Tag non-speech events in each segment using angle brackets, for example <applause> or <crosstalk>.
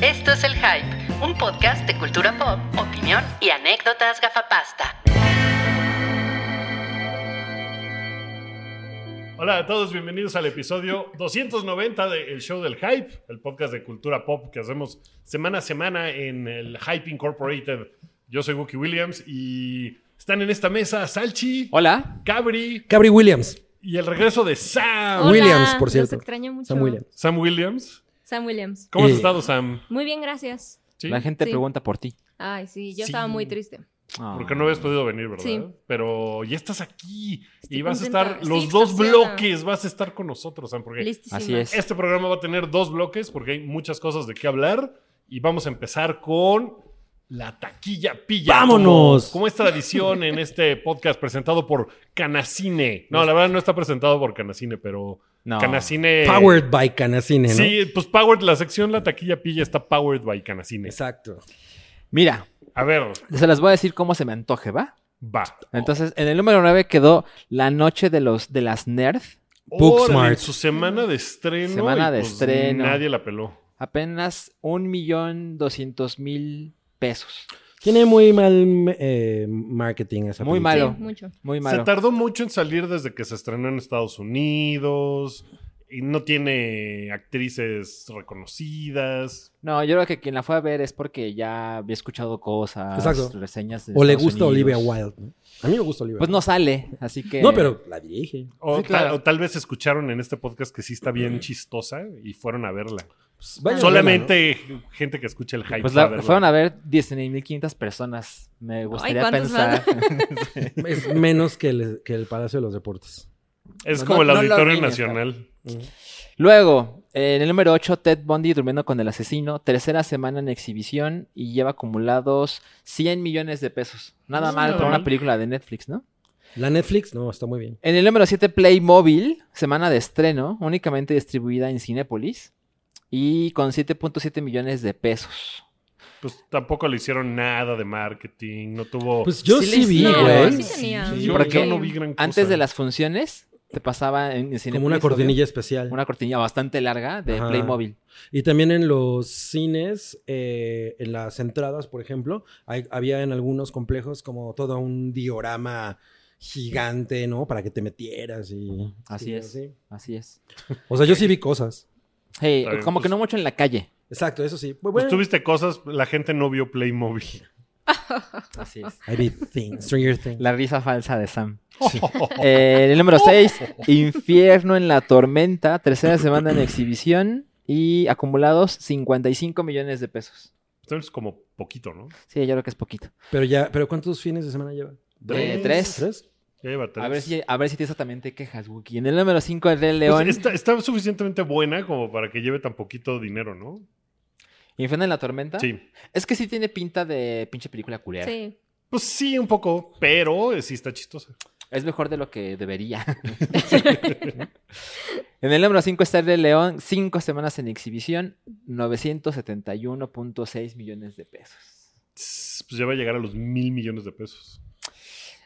Esto es El Hype, un podcast de cultura pop, opinión y anécdotas gafapasta. Hola a todos, bienvenidos al episodio 290 de El Show del Hype, el podcast de cultura pop que hacemos semana a semana en el Hype Incorporated. Yo soy Wookie Williams y están en esta mesa Salchi, Hola. Cabri Cabri Williams. y el regreso de Sam. Hola. Williams, por los cierto. extraño mucho. Sam Williams. Sam Williams. Sam Williams. ¿Cómo has Eh. estado, Sam? Muy bien, gracias. ¿Sí? La gente Sí. pregunta por ti. Ay, sí, yo Sí. estaba muy triste. Porque no habías podido venir, ¿verdad? Sí. Pero ya estás aquí y Estoy vas contenta. a estar Estoy los dos extasiada. bloques, vas a estar con nosotros, Sam, porque Listísima. Así es. Este programa va a tener dos bloques porque hay muchas cosas de qué hablar y vamos a empezar con la taquilla pilla. ¡Vámonos! Como, como es tradición en este podcast presentado por Canacine. No, la verdad no está presentado por Canacine, pero No. Eh, Canacine... Powered by Canacine, ¿no? Sí, pues Powered, la sección La Taquilla Pilla está powered by Canacine. Exacto. Mira, A ver, se las voy a decir cómo se me antoje, ¿va? va. Entonces, en el número 9 quedó La Noche de los de las Nerds. Booksmart. Órale, en su semana de estreno. Semana y, de pues, estreno. Nadie la peló. Apenas un millón doscientos mil pesos. Tiene muy mal eh, marketing esa Muy película. Sí, malo. mucho. Muy Se malo. tardó mucho en salir desde que se estrenó en Estados Unidos y no tiene actrices reconocidas. No, yo creo que quien la fue a ver es porque ya había escuchado cosas, Exacto. reseñas. de O le Estados gusta Unidos. Olivia Wilde. ¿no? A mí me gusta Olivia Pues Wilde. no sale, así que. No, pero la dirige. O, Sí, claro. tal, o tal vez escucharon en este podcast que sí está bien chistosa y fueron a verla. Pues vayan a verla, Solamente gente que escucha el hype. Pues va la- a verla. fueron a ver 19.500 personas. Me gustaría ¿cuántos van? pensar. ¿no? Es menos que el, que el Palacio de los Deportes. Es No, como el no lo Auditorio niñes, Nacional. Luego, en el número 8, Ted Bundy durmiendo con el asesino. Tercera semana en exhibición y lleva acumulados 100 millones de pesos. Nada No, mal nada para mal. una película de Netflix, ¿no? La Netflix, no, está muy bien. En el número 7, Playmobil, semana de estreno, únicamente distribuida en Cinépolis y con 7.7 millones de pesos. Pues tampoco le hicieron nada de marketing, no tuvo... Pues yo Oh, Sí le ¿eh? sí vi, hicieron, güey. sí tenía. Sí, Sí, yo, porque yo no vi gran cosa. Antes de las funciones, te pasaba en, en Cinépolis. Como una obvio, cortinilla especial. Una cortinilla bastante larga de Ajá. Playmobil. Y también en los cines, eh, en las entradas, por ejemplo, hay- había en algunos complejos como todo un diorama gigante, ¿no? Para que te metieras y... Así y es. Así es. O sea, yo sí vi cosas. Hey, Está bien, como que pues- no mucho en la <laughs> calle. Exacto, eso sí. Bueno, Pues tuviste cosas, la gente no vio <laughs> Playmobil. Así es. I did things, Stranger Things. La risa falsa de Sam. Eh, el número 6, Infierno en la Tormenta, tercera semana en exhibición y acumulados 55 millones de pesos. Entonces como poquito, ¿no? Sí, yo creo que es poquito. Pero ya, ¿pero cuántos fines de semana lleva? Eh, Tres. tres. ¿Tres? Ya lleva tres. A ver si, a ver si de esa también te quejas, Wookie. En el número 5, El Rey Pues León, está, está suficientemente buena como para que lleve tan poquito dinero, ¿no? Infierno en la Tormenta. Sí. Es que sí tiene pinta de pinche película culera. Sí. Pues sí, un poco, pero eh, sí está chistosa. Es mejor de lo <laughs> que debería. <laughs> en el número 5 está El Rey León, 5 semanas en exhibición, 971.6 millones de pesos. Tss, Pues ya va a llegar a los mil millones de pesos.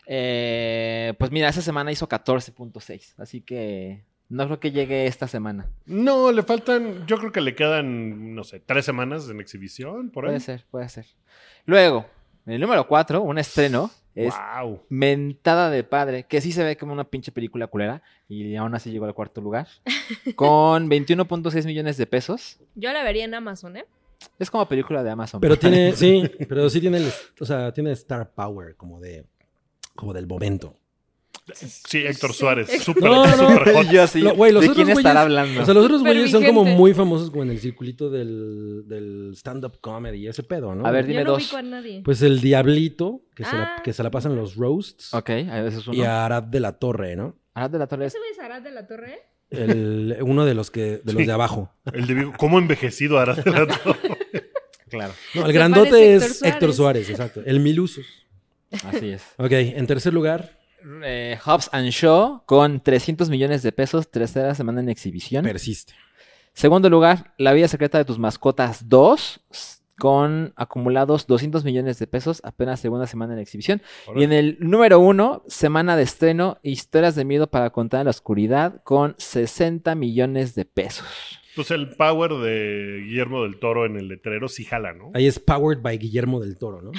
Eh, pues mira, esa semana hizo 14.6, así que no creo que llegue esta semana. No, le faltan, yo creo que le quedan, no sé, tres semanas en exhibición, por ahí. Puede ser, puede ser. Luego, el número 4, un estreno, es Wow. Mentada de Padre, que sí se ve como una pinche película culera y aún así llegó al cuarto lugar, con 21.6 millones de pesos. Yo la vería en Amazon, ¿eh? Es como película de Amazon. <laughs> Pero <laughs> tiene, sí, pero sí tiene, el, o sea, tiene star power como de, como del momento. Sí, Héctor Suárez, Sí. súper, No, no, súper hot. Yo así, Lo- güey, los ¿de otros quién estará güeyes- hablando? O sea, los otros Pero güeyes son como vigente. muy famosos como en el circulito del, del stand-up comedy y ese pedo, ¿no? A ver, yo dime no dos. ubico a nadie. Pues el Diablito, que, se, la, Ah. que se la pasan los roasts. Ok, ese es Y uno. a Arad de la Torre, ¿no? Arad de la Torre ¿No es- se me Arad de la Torre? El, <laughs> uno de los que de los Sí. de abajo. El de Vigo, ¿Cómo envejecido hará de la Torre? Claro, No, <laughs> Se el grandote parece es Héctor Héctor Suárez, exacto. El Milusos. así es. Ok, en tercer lugar, Eh, Hobbs and Shaw con 300 millones de pesos, tercera semana en exhibición. persiste. Segundo lugar, La vida secreta de tus mascotas 2 s- con acumulados 200 millones de pesos, apenas segunda semana en exhibición. Y en el número uno, semana de estreno, Historias de miedo para contar en la oscuridad con 60 millones de pesos. Pues el power de Guillermo del Toro en el letrero sí jala, ¿no? Ahí es Powered by Guillermo del <laughs> Toro, ¿no?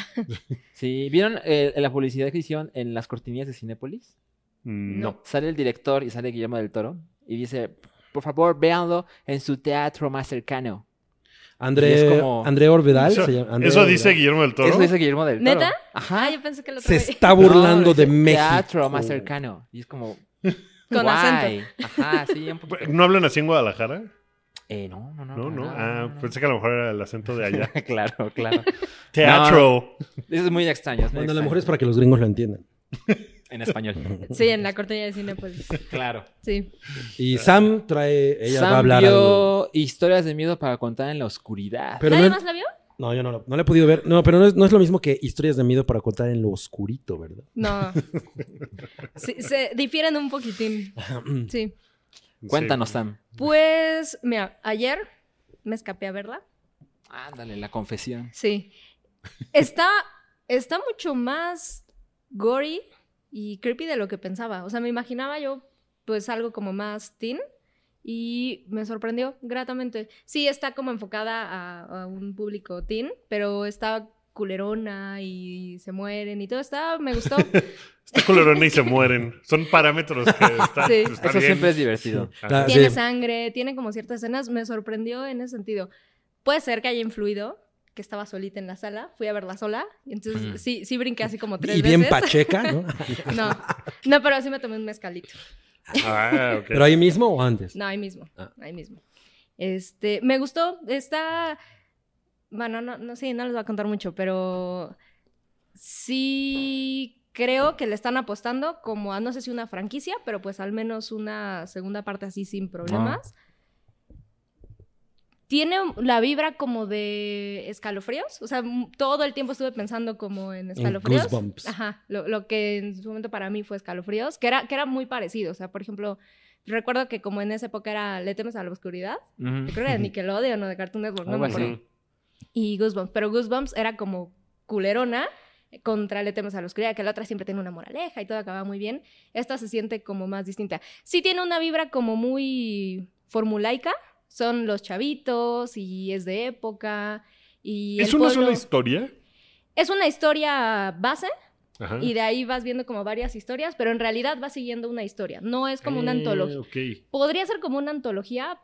Sí, ¿vieron eh, la publicidad que hicieron en las cortinillas de Cinépolis? Mm, No. Sale el director y sale Guillermo del Toro y dice, por favor, véanlo en su teatro más cercano. Y André, es como- André Orvedal. Eso, se llama- André eso dice Orvedal. Guillermo del Toro. Eso dice Guillermo del Toro. ¿Neta? Ajá. Ah, yo pensé que lo Se traía. está burlando No, de dice, México. Teatro más cercano. Y es como... <laughs> Con guay. acento. Ajá, sí, un poquito. ¿No hablan así en Guadalajara? Eh, no, no, No, no. para no. nada, Ah, no, no. pensé que a lo mejor era el acento <laughs> de allá. claro, claro. Teatro. Eso es muy extraño. es muy Bueno, a lo extraño. mejor es para que los gringos lo <laughs> entiendan. En <laughs> español. Sí, en la cortina de Cinepolis. claro. Sí. Y Sam trae. Ella Sam va a hablar. vio algo. historias de miedo para contar en la oscuridad. Pero ¿Nadie no, más la vio? no, yo no, lo- no la he podido ver. No, pero no es, no es lo mismo que historias de miedo para contar en lo oscurito, ¿verdad? No. Sí, se difieren un poquitín. Sí. Cuéntanos, Sam. Pues, mira, ayer me escapé a verla. Ándale, la confesión. Sí. Está, está mucho más gory y creepy de lo que pensaba. O sea, me imaginaba yo, pues, algo como más teen. Y me sorprendió gratamente. Sí, está como enfocada a, a un público teen, pero está culerona y se mueren y todo. Está, me gustó. Está culerona y se mueren. Son parámetros <laughs> que están, pues, Sí. está Eso bien. siempre es <laughs> divertido. Ajá. <laughs> Ah, tiene sí. sangre, tiene como ciertas escenas. Me sorprendió en ese sentido. Puede ser que haya influido que estaba solita en la sala. Fui a verla sola. Y entonces Ujú. sí, sí brinqué así como tres Y bien veces. pacheca, <laughs> ¿no? <laughs> No, no, pero sí me tomé un mezcalito. Ah, ok. ¿Pero ahí mismo o antes? No, ahí mismo, Ah. ahí mismo. Este, me gustó, está, bueno, no, no sé, no les voy a contar mucho, pero sí creo que le están apostando como a, no sé si una franquicia, pero pues al menos una segunda parte así sin problemas. Tiene la vibra como de escalofríos, o sea, m- todo el tiempo estuve pensando como en escalofríos. goosebumps. Ajá, lo, lo que en su momento para mí fue escalofríos, que era, que era muy parecido, o sea, por ejemplo, recuerdo que como en esa época era Le temes a la oscuridad, Ujú. <laughs> yo creo que era de Nickelodeon o de Cartoon Ah, Network, no Algo me así. acuerdo. Y Goosebumps, pero Goosebumps era como culerona contra Le temes a la oscuridad, que la otra siempre tiene una moraleja y todo acaba muy bien. Esta se siente como más distinta. Sí tiene una vibra como muy formulaica, son los chavitos y es de época y ¿Es el una pueblo- sola historia? es una historia base Ajá. y de ahí vas viendo como varias historias, pero en realidad vas siguiendo una historia, no es como una antología. Eh, ok. Podría ser como una antología,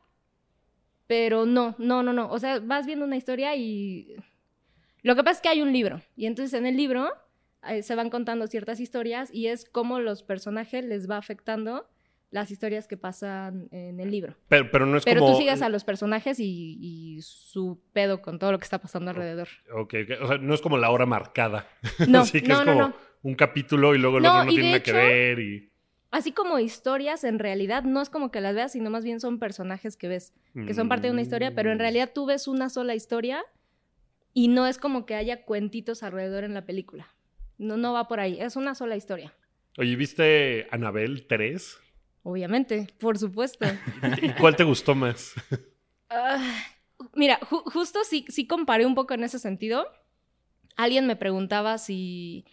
pero no, no, no, no. O sea, vas viendo una historia y... Lo que pasa es que hay un libro, y entonces en el libro eh, se van contando ciertas historias y es cómo los personajes les va afectando las historias que pasan en el libro. Pero, pero no es Pero como... tú sigues a los personajes y, y su pedo con todo lo que está Oh. pasando <laughs> alrededor. Ok, ok. o sea, no es como la hora marcada. <laughs> No, Así que no, es no, como no. un capítulo y luego el No, otro no y tiene de nada que hecho- ver. Y... Así como historias, en realidad no es como que las veas, sino más bien son personajes que ves. que son parte de una historia, mm. pero en realidad tú ves una sola historia y no es como que haya cuentitos alrededor en la película. No, no va por ahí, es una sola historia, Oye, ¿viste Anabel 3? obviamente, por supuesto. ¿Y cuál te gustó más? Ah, mira, ju- justo sí, sí comparé un poco en ese sentido. Alguien me preguntaba si...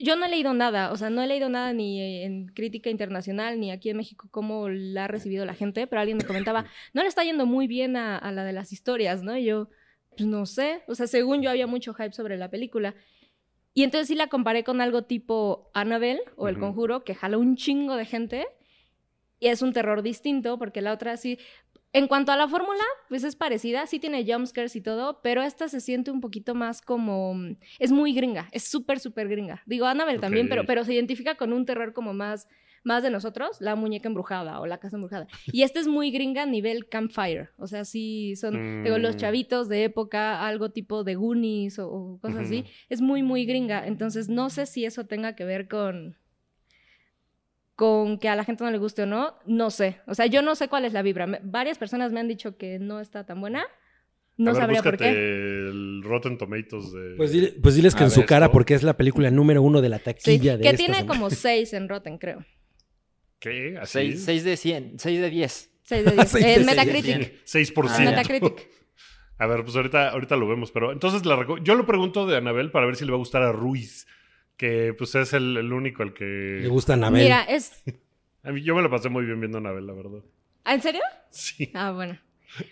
Yo no he leído nada, o sea, no he leído nada ni en crítica internacional ni aquí en México cómo la ha recibido la gente, pero alguien me comentaba, no le está yendo muy bien a, a la de las historias, ¿no? Y yo, pues no sé, o sea, según yo había mucho hype sobre la película. Y entonces sí la comparé con algo tipo Annabelle o El Ujú. Conjuro, que jala un chingo de gente y es un terror distinto porque la otra sí... En cuanto a la fórmula, pues es parecida, sí tiene jumpscares y todo, pero esta se siente un poquito más como... Es muy gringa, es súper, súper gringa. Digo, Annabelle también, Ok. pero, pero se identifica con un terror como más, más de nosotros, la muñeca embrujada o la casa embrujada. Y este es muy gringa a nivel campfire, o sea, sí son digo, los Mm. chavitos de época, algo tipo de Goonies o, o cosas así. Ujú. Es muy, muy gringa, entonces no sé si eso tenga que ver con con que a la gente no le guste o no, no sé. O sea, yo no sé cuál es la vibra. Me- varias personas me han dicho que no está tan buena. No a ver, sabría por búscate qué. el Rotten Tomatoes de... Pues, dile- pues diles que A en su ver, cara, ¿no? porque es la película número uno de la Sí, taquilla de que esta tiene semana. <laughs> como seis en Rotten, creo. ¿Qué? ¿Así? 6, de 100, 6 de 10. Seis <laughs> de diez. Seis de en seis. Metacritic. Bien. 6%. Ah, Metacritic. <laughs> A ver, pues ahorita, ahorita lo vemos, pero entonces la reco- yo lo pregunto de Anabel para ver si le va a gustar a Ruiz, que pues es el, el único al Le que... gusta Anabel. Mira, es... A mí, yo me lo pasé muy bien viendo a Anabel, la verdad. <laughs> ¿En serio? Sí. Ah, bueno.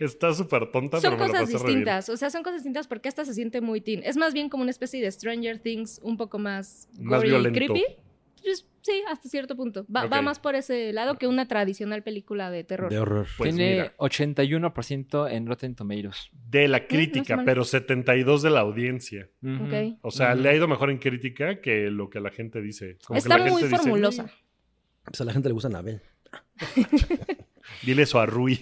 Está súper tonta, Son pero me la cosas pasé re bien. distintas, o sea, son cosas distintas porque esta se siente muy teen. Es más bien como una especie de Stranger Things un poco más, Más gory y violento. creepy. Pues, sí, hasta cierto punto. Va, va Ok. más por ese lado que una tradicional película de terror. De horror. Pues Tiene mira, 81% en Rotten Tomatoes. de la crítica, no es mal. pero 72 de la audiencia. Ujú. Ok. O sea, Ujú. le ha ido mejor en crítica que lo que la gente dice. Como que Está la muy gente dice, formulosa. Pues a la gente le gusta Anabel. Dile eso a Rui.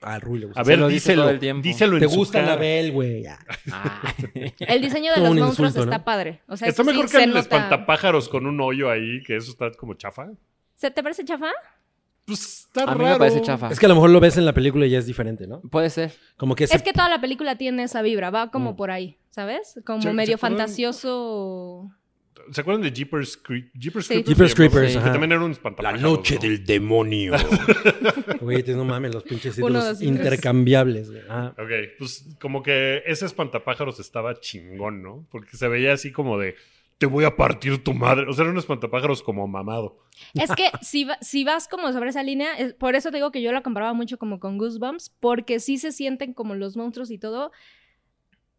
A Rui le <laughs> gusta. A ver, lo dice díselo. todo el tiempo. díselo en ¿Te su gusta cara. Anabel, güey? Ya. Ah. El diseño de Como los un monstruos insulto, está ¿no? padre. O sea, Está eso sí mejor se que el nota. espantapájaros con un hoyo ahí, que eso está como chafa. ¿Se te parece chafa? Pues está A mí me raro. parece chafa. Es que a lo mejor lo ves en la película y ya es diferente, ¿no? Puede ser. Como que, Es que toda la película tiene esa vibra, va como Mm. por ahí, ¿sabes? Como Yo- medio yo creo- fantasioso. ¿Se acuerdan de Jeepers, Creep- Jeepers Sí. Creepers? Jeepers se llamaba? Creepers, Sí, pues, Que ajá. también era un espantapájaros. ¿no? demonio. Güey, te- no mames, los pinches Uno, títulos dos y tres. intercambiables, güey. Ah, Ok, pues como que ese espantapájaros estaba chingón, ¿no? Porque se veía así como de, te voy a partir tu madre. O sea, era un espantapájaros como mamado. Es <laughs> que si, va- si vas como sobre esa línea, es- por eso te digo que yo la comparaba mucho como con Goosebumps, porque sí se sienten como los monstruos y todo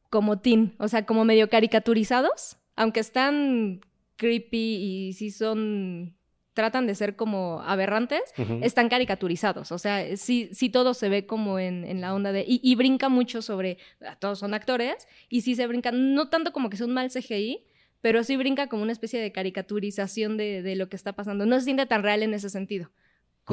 como teen, o sea, como medio caricaturizados, aunque están creepy y sí son, tratan de ser como aberrantes, <laughs> están caricaturizados. O sea, sí, sí todo se ve como en, en la onda de. Y, y brinca mucho sobre. ah, Todos son actores. Y sí se brinca, no tanto como que sea un mal CGI, pero sí brinca como una especie de caricaturización de, de lo que está pasando. No se siente tan real en ese sentido.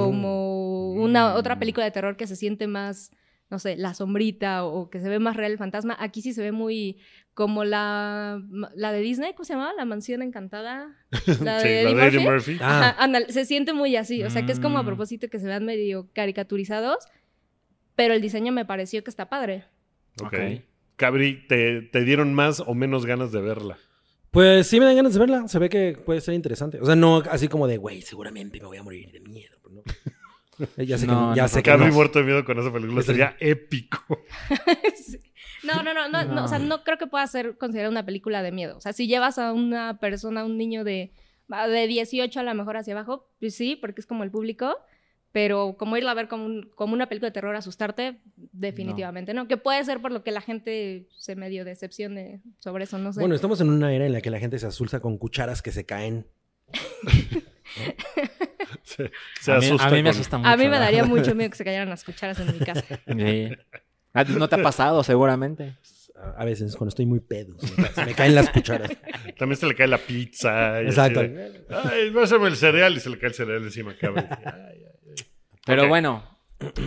Como una otra película de terror que se siente más. No sé, la sombrita o, o que se ve más real el fantasma. Aquí sí se ve muy como la, la de Disney, ¿cómo se llamaba? La mansión encantada. La de, sí, Eddie la de Eddie Murphy. Murphy. Ah. Ajá, ándale, se siente muy así, o sea que es como a Mm. propósito que se vean medio caricaturizados, pero el diseño me pareció que está padre. <laughs> Ah, Ok. Ok. Cabri, ¿te, te dieron más o menos ganas de verla? Pues sí me dan ganas de verla. Se ve que puede ser interesante. O sea, no así como de, güey, seguramente me voy a morir de miedo. pues, ¿no? <laughs> ya sé No, que ya no, sé que Cabri no. muerto de miedo con esa película Es el- sería épico. <laughs> Sí. no, no, no, no, no, o sea, no creo que pueda ser considerada una película de miedo. O sea, si llevas a una persona, a un niño de, de 18 a lo mejor hacia abajo, pues sí, porque es como el público. Pero como irla a ver como, un- como una película de terror, asustarte, definitivamente no. Que puede ser por lo que la gente se medio decepcione sobre eso, no sé. Bueno, estamos en una era en la que la gente se asulza con cucharas que se caen. Se, se a, mí, asusta. a mí me con- asusta mucho. a mí me ¿verdad? daría mucho miedo que se cayeran las cucharas en mi casa. <laughs> Sí. <laughs> Ah, No te ha pasado, seguramente. A a veces cuando estoy muy pedo, se me, ca- se me caen las <laughs> cucharas. También se le cae la pizza. y así Exacto. de, Ay, pásame el cereal y se le cae el cereal encima, Cabri. <laughs> Ay, ay. Pero Ok. bueno,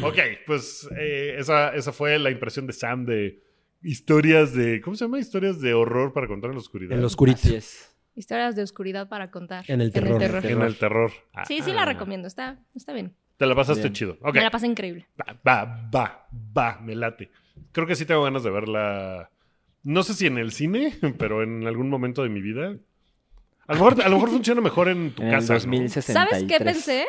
Ok, pues eh, esa, esa fue la impresión de Sam de historias de. ¿Cómo se llama? Historias de horror para contar en la oscuridad. En los curitos. así es. Historias de oscuridad para contar. En el terror. En el terror. Ah, Sí, sí la recomiendo, está, está bien. Te la pasaste Bien. chido. Ok. Me la pasa increíble. Va, va, va, va, me late. Creo que sí tengo ganas de verla. No sé si en el cine, <laughs> pero en algún momento de mi vida. A lo mejor, a lo mejor funciona mejor en tu En el casa. ¿no? 2063. ¿Sabes qué pensé?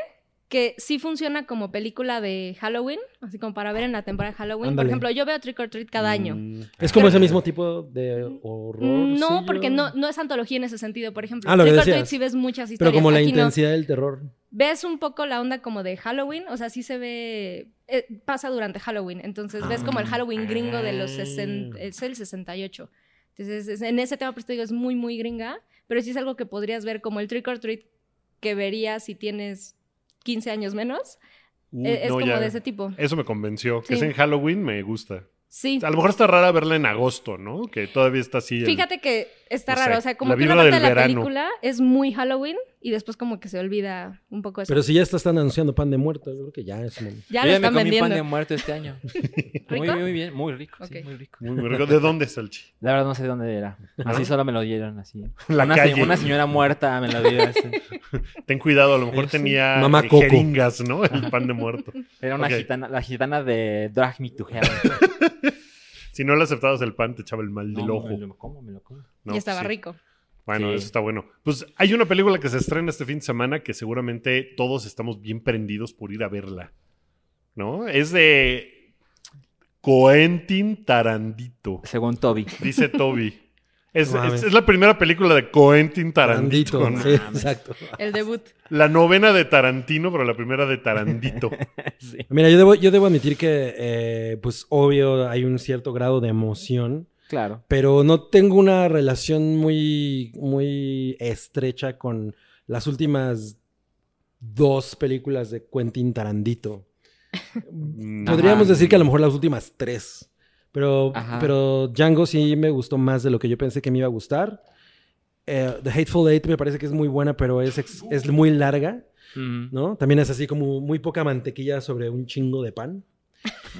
Que sí funciona como película de Halloween, así como para ver en la temporada de Halloween. Ándale. Por ejemplo, yo veo Trick or Treat cada año. Mm, Es como ese mismo tipo de horror. No, sí, porque yo- no, no es antología en ese sentido, por ejemplo. Ah, lo que Trick or Treat decías. sí ves muchas historias. Pero como la aquí no. intensidad del terror. Ves un poco la onda como de Halloween, o sea, sí se ve... eh, pasa durante Halloween, entonces ves Ah, como el Halloween gringo de los 60... Es el 68. Entonces, es- en ese tema, pues te digo, es muy, muy gringa, pero sí es algo que podrías ver como el trick or treat que verías si tienes 15 años menos. uy, Eh, es no, como ya. de ese tipo. Eso me convenció. Que Sí. es en Halloween, me gusta. Sí. <laughs> A lo mejor está rara verla en agosto, ¿no? Que todavía está así. el- Fíjate que está no sé, raro, o sea, como la que una vibra parte de del la verano. película es muy Halloween y después como que se olvida un poco eso. Pero si ya está- están anunciando pan de muerto, yo creo que ya es un- ya Yo ya lo me están comí pan de vendiendo. muerto este año. Muy, <laughs> ¿Rico? muy bien, muy rico. sí, Ok. muy rico. Muy, muy rico. ¿De dónde es el chi? La verdad no sé dónde era. Así solo me lo dieron, así. <laughs> La una, se- calle. una señora muerta me lo dio. así. Ten cuidado, a lo mejor Sí. tenía Mamá eh, Coco. jeringas, ¿no? El pan de muerto. Era una Ok. gitana, la gitana de Drag Me to Heaven. Si no le aceptabas el pan, te echaba el mal <laughs> del No, ojo. Me lo como, me lo como. ¿no? y estaba Sí. rico. Bueno, Sí. eso está bueno. Pues hay una película que se estrena este fin de semana que seguramente todos estamos bien prendidos por ir a verla. ¿No? Es de Coentin Tarandito, Según Toby. <laughs> <laughs> dice Toby. Es, No es- mames. es la primera película de Quentin Tarantino. Tarandito, ¿no? sí, Ah, exacto. El debut. La novena de Tarantino, pero la primera de Tarandito. Mira, yo debo, yo debo admitir que, eh, pues, obvio, hay un cierto grado de emoción, Claro. pero no tengo una relación muy, muy estrecha con las últimas dos películas de Quentin Tarandito. <laughs> Podríamos decir que a lo mejor las últimas tres. Pero, Ajá. pero Django sí me gustó más de lo que yo pensé que me iba a gustar. Eh, The Hateful Eight me parece que es muy buena, pero es, ex- es muy larga, Mm. ¿no? También es así como muy poca mantequilla sobre un chingo de pan.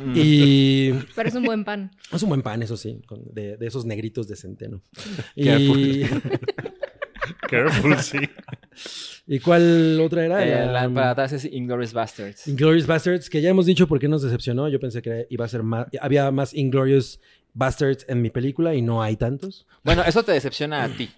Mm. Y Pero es un buen pan. es un buen pan, eso sí, con- de, de esos negritos de centeno. Y, Careful. Careful, sí. <laughs> ¿Y cuál otra era? Eh, La- la- para atrás es Inglourious Bastards. Inglorious Bastards, que ya hemos dicho por qué nos decepcionó. Yo pensé que iba a ser más, había más Inglorious Bastards en mi película y no hay tantos. Bueno, eso te decepciona a ti.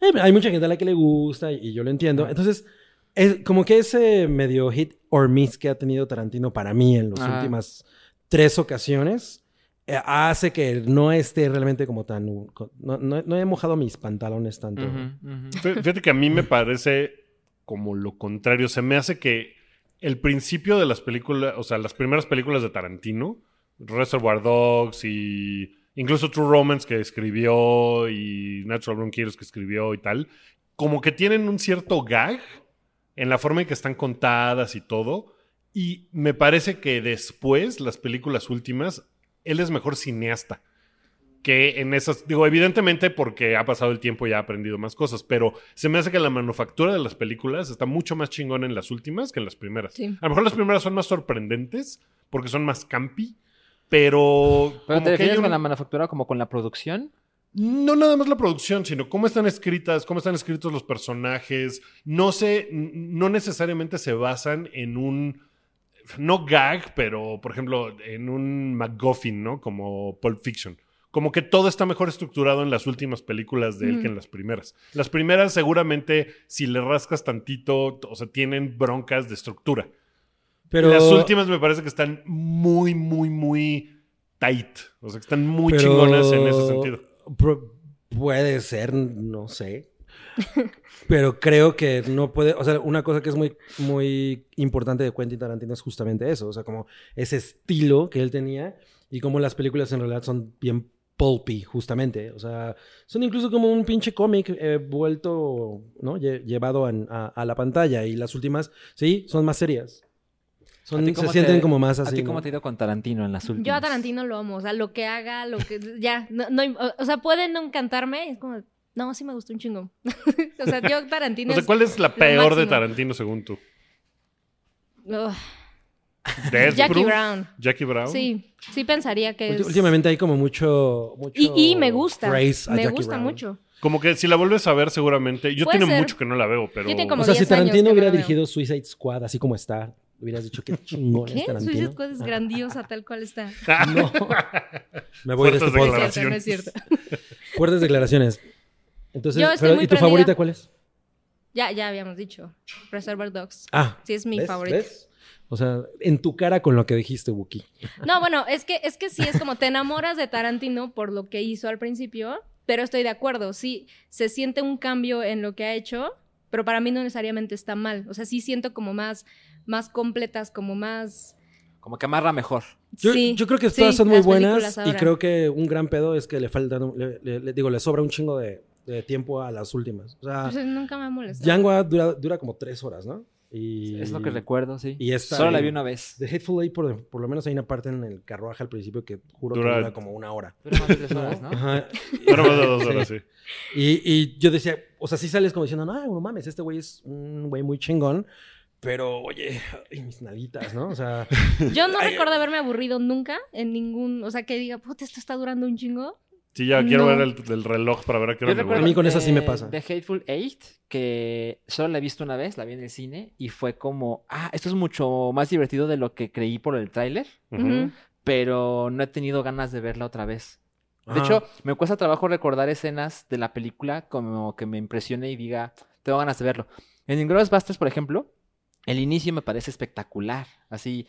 Eh, hay mucha gente a la que le gusta y, y yo lo entiendo. Entonces, es como que ese medio hit or miss que ha tenido Tarantino para mí en las Ajá. últimas tres ocasiones eh, hace que no esté realmente como tan... co- No, no- no he mojado mis pantalones tanto. Fí- Fíjate que a mí me parece como lo contrario. Se me hace que el principio de las películas, o sea, las primeras películas de Tarantino, Reservoir Dogs y incluso True Romance que escribió y Natural Born Killers que escribió y tal, como que tienen un cierto gag en la forma en que están contadas y todo. Y me parece que después, las películas últimas, él es mejor cineasta que en esas, digo, evidentemente porque ha pasado el tiempo y ha aprendido más cosas, pero se me hace que la manufactura de las películas está mucho más chingona en las últimas que en las primeras. Sí. A lo mejor las primeras son más sorprendentes porque son más campi, pero... ¿Pero como que te hay refieres un- con la manufactura como con la producción? no nada más la producción, sino cómo están escritas, cómo están escritos los personajes. No sé, n- no necesariamente se basan en un, no gag, pero por ejemplo, en un MacGuffin, ¿no? Como Pulp Fiction. Como que todo está mejor estructurado en las últimas películas de él que en las primeras. Las primeras seguramente, si le rascas tantito, t- o sea, tienen broncas de estructura. Pero, Las últimas me parece que están muy, muy, muy tight. O sea, que están muy pero- chingonas en ese sentido. pro- puede ser, no sé. Pero creo que no puede, o sea, una cosa que es muy, muy importante de Quentin Tarantino es justamente eso, o sea, como ese estilo que él tenía y como las películas en realidad son bien pulpy, justamente, o sea, son incluso como un pinche cómic eh, vuelto, ¿no? Lle- llevado an- a, a la pantalla y las últimas, sí, son más serias. ¿A ti Son, se cómo sienten te- como más ¿A así. ti ¿no? cómo te ha ido con Tarantino en las últimas? Yo a Tarantino lo amo, o sea, lo que haga, lo que <laughs> ya, no, no im- o- o sea, puede no encantarme, es como, no, sí me gustó un chingo. <laughs> o sea, yo Tarantino O sea, es- ¿cuál es la peor de máximo. Tarantino según tú? Ugh, Death Jackie Proof, Brown. Jackie Brown. Sí, sí pensaría que Ulti- es... Últimamente hay como mucho. mucho y, y me gusta, praise a me Jackie gusta Brown. mucho. Como que si la vuelves a ver seguramente. Yo Puede tiene ser. mucho que no la veo, pero. Yo <laughs> O tengo como sea, si 10 años Tarantino que hubiera no la veo. dirigido Suicide Squad así como está, hubieras dicho que chingón <laughs> ¿Qué? es Suicide Tarantino. Ah, Squad es grandiosa tal cual está. No. Me voy de este Fuertes No podcast. es cierto, Declaraciones. no es cierto. Fuertes declaraciones. Entonces, Yo estoy pero, muy ¿y tu prendida. favorita cuál es? Ya, ya habíamos dicho, Reservoir Dogs. Ah, Sí, es mi ¿ves? favorita. ¿ves? O sea, en tu cara con lo que dijiste, Wookie. No, bueno, es que, es que sí, es como te enamoras de Tarantino por lo que hizo al principio, pero estoy de acuerdo, sí, se siente un cambio en lo que ha hecho, pero para mí no necesariamente está mal. O sea, sí siento como más, más completas, como más... Como que amarra mejor. Yo, sí, yo creo que sí, todas son muy las películas buenas y ahora. creo que un gran pedo es que le faltan, le, le- le- digo, le sobra un chingo de, de tiempo a las últimas. O sea, Pues, eh, nunca me molesta. ah, Django dura, dura como tres horas, ¿no? Y, Es lo que recuerdo, sí. y esta- Solo la vi una vez. The Hateful Eight, por, por lo menos hay una parte en el carruaje al principio que juro Dura- que dura como una hora. Pero más de <laughs> tres horas, ¿no? <laughs> Ajá. Pero más de dos horas, sí. Y, y yo decía, o sea, sí sales como diciendo, no, no mames, este güey es un güey muy chingón, pero oye, ay, mis nalitas, ¿no? O sea, Yo no recuerdo eh. haberme aburrido nunca en ningún... O sea, que diga, puta, esto está durando un chingo. Sí, ya quiero No. ver el, el reloj para ver a qué hora me A voy. mí con esa sí me pasa. De Hateful Eight, que solo la he visto una vez, la vi en el cine, y fue como, ah, esto es mucho más divertido de lo que creí por el tráiler, Ujú. Ujú. pero no he tenido ganas de verla otra vez. De Ajá. hecho, me cuesta trabajo recordar escenas de la película como que me impresione y diga, tengo ganas de verlo. En Inglourious Basterds, por ejemplo, el inicio me parece espectacular. Así,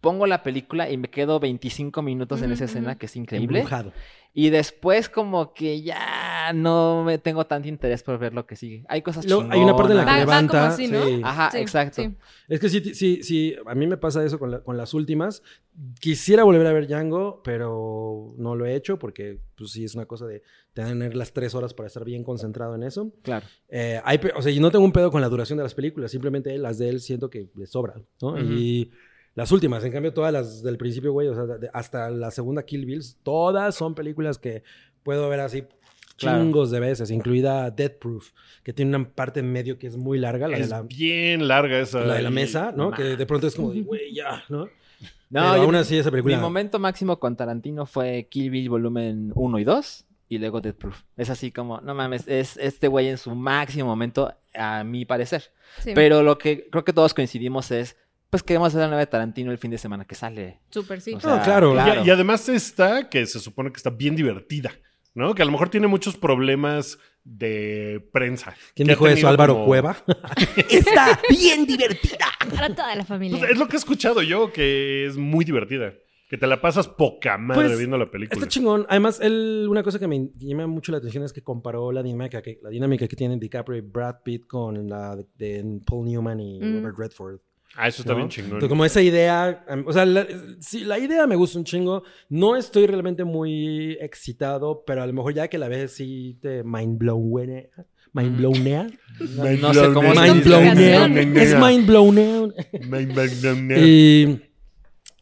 pongo la película y me quedo 25 minutos en Ujú, esa escena ujú. que es increíble. embrujado. Y después como que ya ah, no me tengo tanto interés por ver lo que sigue. Hay cosas Luego, hay una parte en la que Va- va chingonas. levanta. como así, ¿no? Ah. sí. Ajá, Sí, exacto. sí. Es que sí, sí, sí, a mí me pasa eso con, la- con las últimas. Quisiera volver a ver Django, pero no lo he hecho porque, pues sí, es una cosa de tener las tres horas para estar bien concentrado en eso. Claro. Eh, hay pe- o sea, yo no tengo un pedo con la duración de las películas, simplemente las de él siento que le sobran, ¿no? Ujú. Y las últimas, en cambio, todas las del principio, güey, o sea, de- hasta la segunda Kill Bills, todas son películas que puedo ver así Claro. chingos de veces, incluida Death Proof, que tiene una parte en medio que es muy larga, la de Es la, bien larga esa. la de la mesa, ¿no? ma. Que de pronto es como de, güey, ya, ¿no? No, Pero yo- aún así esa mi película... momento máximo con Tarantino fue Kill Bill volumen 1 y 2 y luego Death Proof. Es así como, no mames, es este güey en su máximo momento, a mi parecer. Sí, Pero lo que creo que todos coincidimos es, pues queremos ver la nueva de Tarantino el fin de semana que sale. súper sí. O sea, claro. Y- Y, además está, que se supone que está bien divertida, ¿no? Que a lo mejor tiene muchos problemas de prensa. ¿Quién Que ha dijo eso? tenido ¿Álvaro como- Cueva? <laughs> Está bien divertida. Para toda la familia. Pues es lo que he escuchado yo, que es muy divertida. Que te la pasas poca madre Pues, viendo la película. Está chingón. Además, él, una cosa que me in- que llama mucho la atención es que comparó la dinámica que, la dinámica que tienen DiCaprio y Brad Pitt con la de, de Paul Newman y Mm. Robert Redford. ah, eso está ¿no? bien chingón. Entonces, como esa idea, am- o sea, la, sí, la idea me gusta un chingo. No estoy realmente muy excitado, pero a lo mejor ya que la ves sí te mindblownea. Mindblownea. No, no sé cómo se Mind dice. blown. Mindblownea. Es mindblownea. <laughs> Mind Y,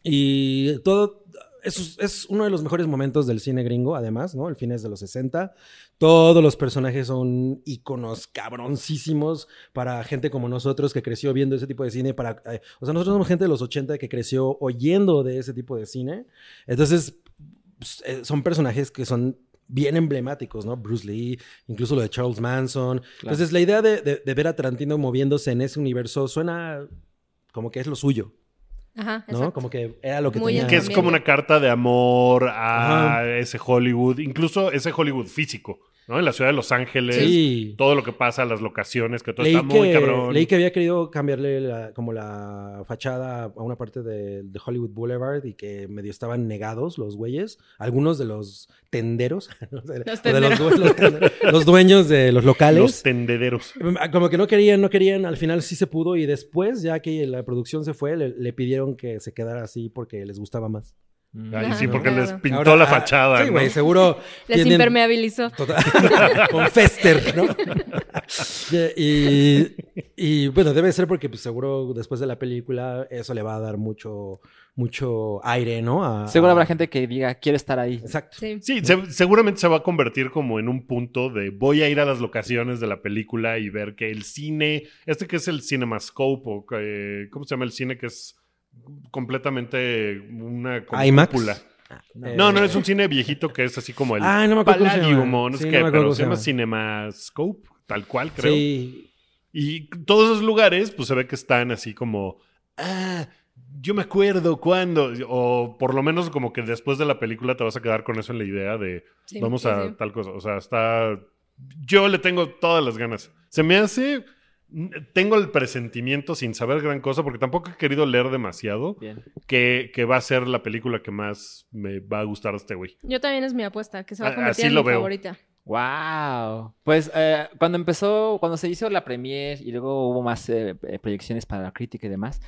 y todo. Es, es uno de los mejores momentos del cine gringo, además, ¿no? El fines de los 60. Todos los personajes son íconos cabroncísimos para gente como nosotros que creció viendo ese tipo de cine. Para, eh, o sea, nosotros somos gente de los 80 que creció oyendo de ese tipo de cine. Entonces, pues, eh, son personajes que son bien emblemáticos, ¿no? Bruce Lee, incluso lo de Charles Manson. Entonces, la idea de, de- de ver a Tarantino moviéndose en ese universo suena como que es lo suyo. Ajá, ¿no? exacto. Como que era lo que Muy tenía. Que es También. como una carta de amor a Ajá. ese Hollywood, incluso ese Hollywood físico, ¿no? En la ciudad de Los Ángeles, Sí. todo lo que pasa, las locaciones, que todo Leí está muy que, cabrón. leí que había querido cambiarle la- como la fachada a una parte de, de Hollywood Boulevard y que medio estaban negados los güeyes, algunos de los tenderos, <laughs> o sea, Los de tenderos. due- los tenderos, los dueños de los Los locales. Ah, tendederos. como que no querían, no querían, al final sí se pudo y después, ya que la producción se fue, le, le pidieron que se quedara así porque les gustaba más. Ay, sí, Ajá, porque claro. les pintó Ahora, la ah, fachada. Sí, ¿no? güey, seguro. Les tienen- impermeabilizó. Total. <laughs> Con Fester, ¿no? y, y, bueno, debe ser porque pues, seguro después de la película eso le va a dar mucho, mucho aire, ¿no? A- Seguro a- habrá gente que diga, quiero estar ahí. Exacto. Sí. Sí, se- seguramente se va a convertir como en un punto de voy a ir a las locaciones de la película y ver que el cine, este que es el Cinemascope, o, eh, ¿cómo se llama el cine que es completamente una como IMAX. cúpula? Eh, No, no, es un cine viejito que es así como el Ah, no me acuerdo cómo se llama. Palladium, o no sé Sí, qué, no me acuerdo pero cómo se se llama llama. Cinemascope, tal cual, creo. Sí. Y todos esos lugares, pues se ve que están así como, ah, yo me acuerdo cuándo, o por lo menos como que después de la película te vas a quedar con eso en la idea de sí, vamos sí, a sí. tal cosa. O sea, está. Yo le tengo todas las ganas. Se me hace. Tengo el presentimiento sin saber gran cosa, porque tampoco he querido leer demasiado, Bien. que, que va a ser la película que más me va a gustar a este güey. Yo también es mi apuesta, que se va A- a convertir así en lo mi veo. <laughs> favorita. Wow. Pues eh, cuando empezó, cuando se hizo la premier y luego hubo más eh, eh, proyecciones para la crítica y demás,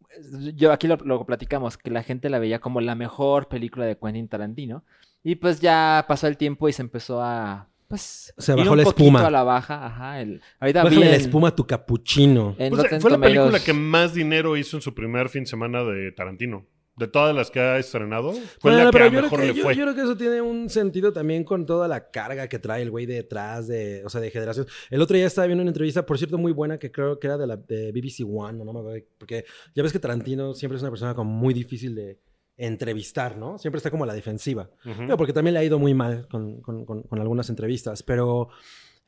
pues, yo aquí lo, lo platicamos, que la gente la veía como la mejor película de Quentin Tarantino. Y pues ya pasó el tiempo y se empezó a... Pues, Se ir bajó un la poquito espuma. a la baja, ajá. el- ahorita vi Bájale la en- espuma a tu capuchino. en Pues, Rotten fue la Tomatoes- película que más dinero hizo en su primer fin de semana de Tarantino. De todas las que ha estrenado, fue Bueno, la que pero a yo creo mejor que- le yo- fue. yo creo que eso tiene un sentido también con toda la carga que trae el güey detrás de, o sea, de generación. El otro día estaba viendo una entrevista, por cierto, muy buena, que creo que era de la de BBC One, no, me acuerdo, porque ya ves que Tarantino siempre es una persona como muy difícil de entrevistar, ¿no? Siempre está como a la defensiva. Ujú. Digo, porque también le ha ido muy mal con, con- con- con algunas entrevistas, pero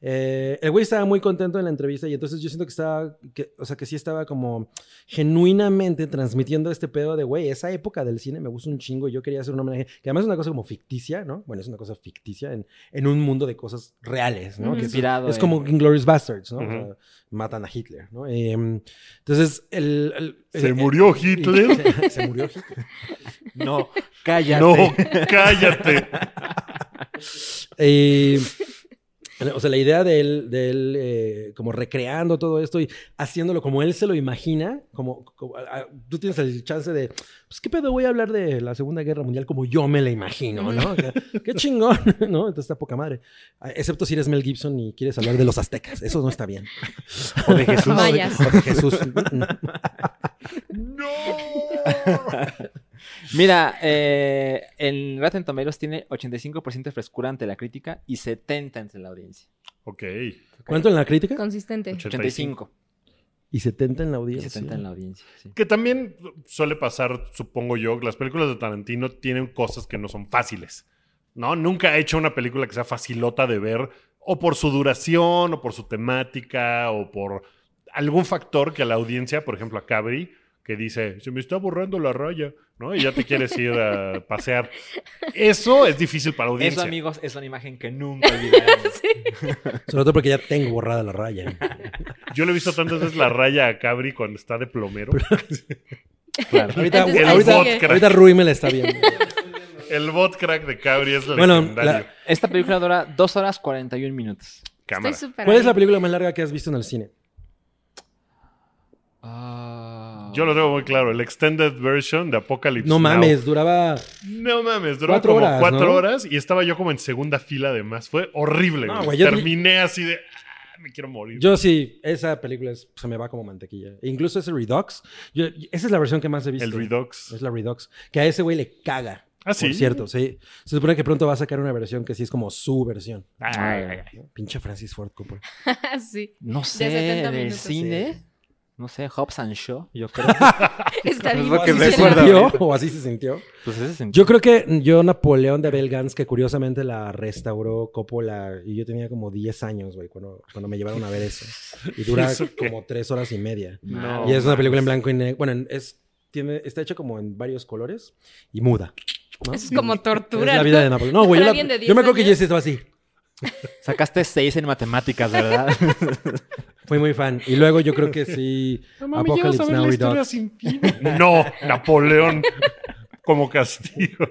eh, el güey estaba muy contento en la entrevista y entonces yo siento que estaba, que, o sea, que sí estaba como genuinamente transmitiendo este pedo de, güey, esa época del cine me gusta un chingo y yo quería hacer un homenaje, que además es una cosa como ficticia, ¿no? Bueno, es una cosa ficticia en, en un mundo de cosas reales, ¿no? Ujú. Que es- Inspirado es en- como Inglourious Bastards, ¿no? O sea, Ujú. matan a Hitler, ¿no? Eh, entonces, el... el- Se eh, murió Hitler. Se, <laughs> se murió Hitler. <laughs> <laughs> No, cállate. No, cállate. Eh, O sea, la idea de él, de él eh, como recreando todo esto y haciéndolo como él se lo imagina, como, como- a- a- tú tienes el chance de, pues qué pedo voy a hablar de la Segunda Guerra Mundial como yo me la imagino, ¿no? O sea, qué chingón, ¿no? Entonces está poca madre. Ah, Excepto si eres Mel Gibson y quieres hablar de los aztecas, eso no está bien. O de Jesús. Mayas. O de Jesús. ¡No! Mira, eh, en Rotten Tomatoes tiene 85% de frescura ante la crítica y 70% entre la audiencia. ok. ¿Cuánto en la crítica? Consistente. 85% Y 70 en la y audiencia. 70% en la audiencia. sí. Que también suele pasar, supongo yo, que las películas de Tarantino tienen cosas que no son fáciles. ¿No? Nunca ha hecho una película que sea facilota de ver, o por su duración, o por su temática, o por algún factor que a la audiencia, por ejemplo, a Cabri, que dice, se me está borrando la raya, ¿no? Y ya te quieres ir a pasear. Eso es difícil para la audiencia. Eso, amigos, es una imagen que nunca <laughs> olvidaremos. Sobre todo porque ya tengo borrada la raya. Yo le he visto tantas veces la raya a Cabri cuando está de plomero. Claro. Ahorita, Entonces, ahí ahorita, sigue. ahorita Rui me la está viendo. El bot crack de Cabri es Bueno, legendario. la- Esta película dura 2 horas 41 minutos. Cámara. Estoy súper ¿cuál es ahí. la película más larga que has visto en el cine? Ah. Yo lo tengo muy claro, el extended version de Apocalypse No Now. mames, duraba. No mames, duró Cuatro como horas, cuatro ¿no? horas y estaba yo como en segunda fila además. Fue horrible. No, güey. güey, yo- Terminé así de... "Ah, me quiero morir. Yo sí, esa película es- se me va como mantequilla. E Incluso ese Redux. yo- esa es la versión que más he visto. el Redux. Es la Redux. Que a ese güey le caga. Ah, sí. Por cierto, sí. Se supone que pronto va a sacar una versión que sí es como su versión. Ay, ay, ay. Pinche Francis Ford Coppola. <laughs> sí. No sé, 70 en el minutos, sí. cine. No sé, Hobbs and Shaw, yo creo. Está Es bien. lo que ¿Así Sí, se recuerdo. será. sintió? ¿O así se sintió? Pues ese es en- Yo creo que yo, Napoleón de Abel Gans, que curiosamente la restauró Coppola, y yo tenía como 10 años, güey, cuando, cuando me llevaron a ver eso. Y <laughs> dura ¿Eso qué? como 3 horas y media. No. y es una película en mames. blanco y negro. Bueno, en- es, tiene, está hecha como en varios colores y muda. ¿no? Es como tortura. Es la vida de Napoleón. No, güey, Para yo, la- alguien de 10 yo me acuerdo que yo años. sí estaba así. Sacaste 6 en matemáticas, ¿verdad? Fui muy fan. Y luego yo creo que sí. No mames, llevas a Apocalypse ver Now la y historia Dogs. sin fin. No, Napoleón <laughs> como castigo.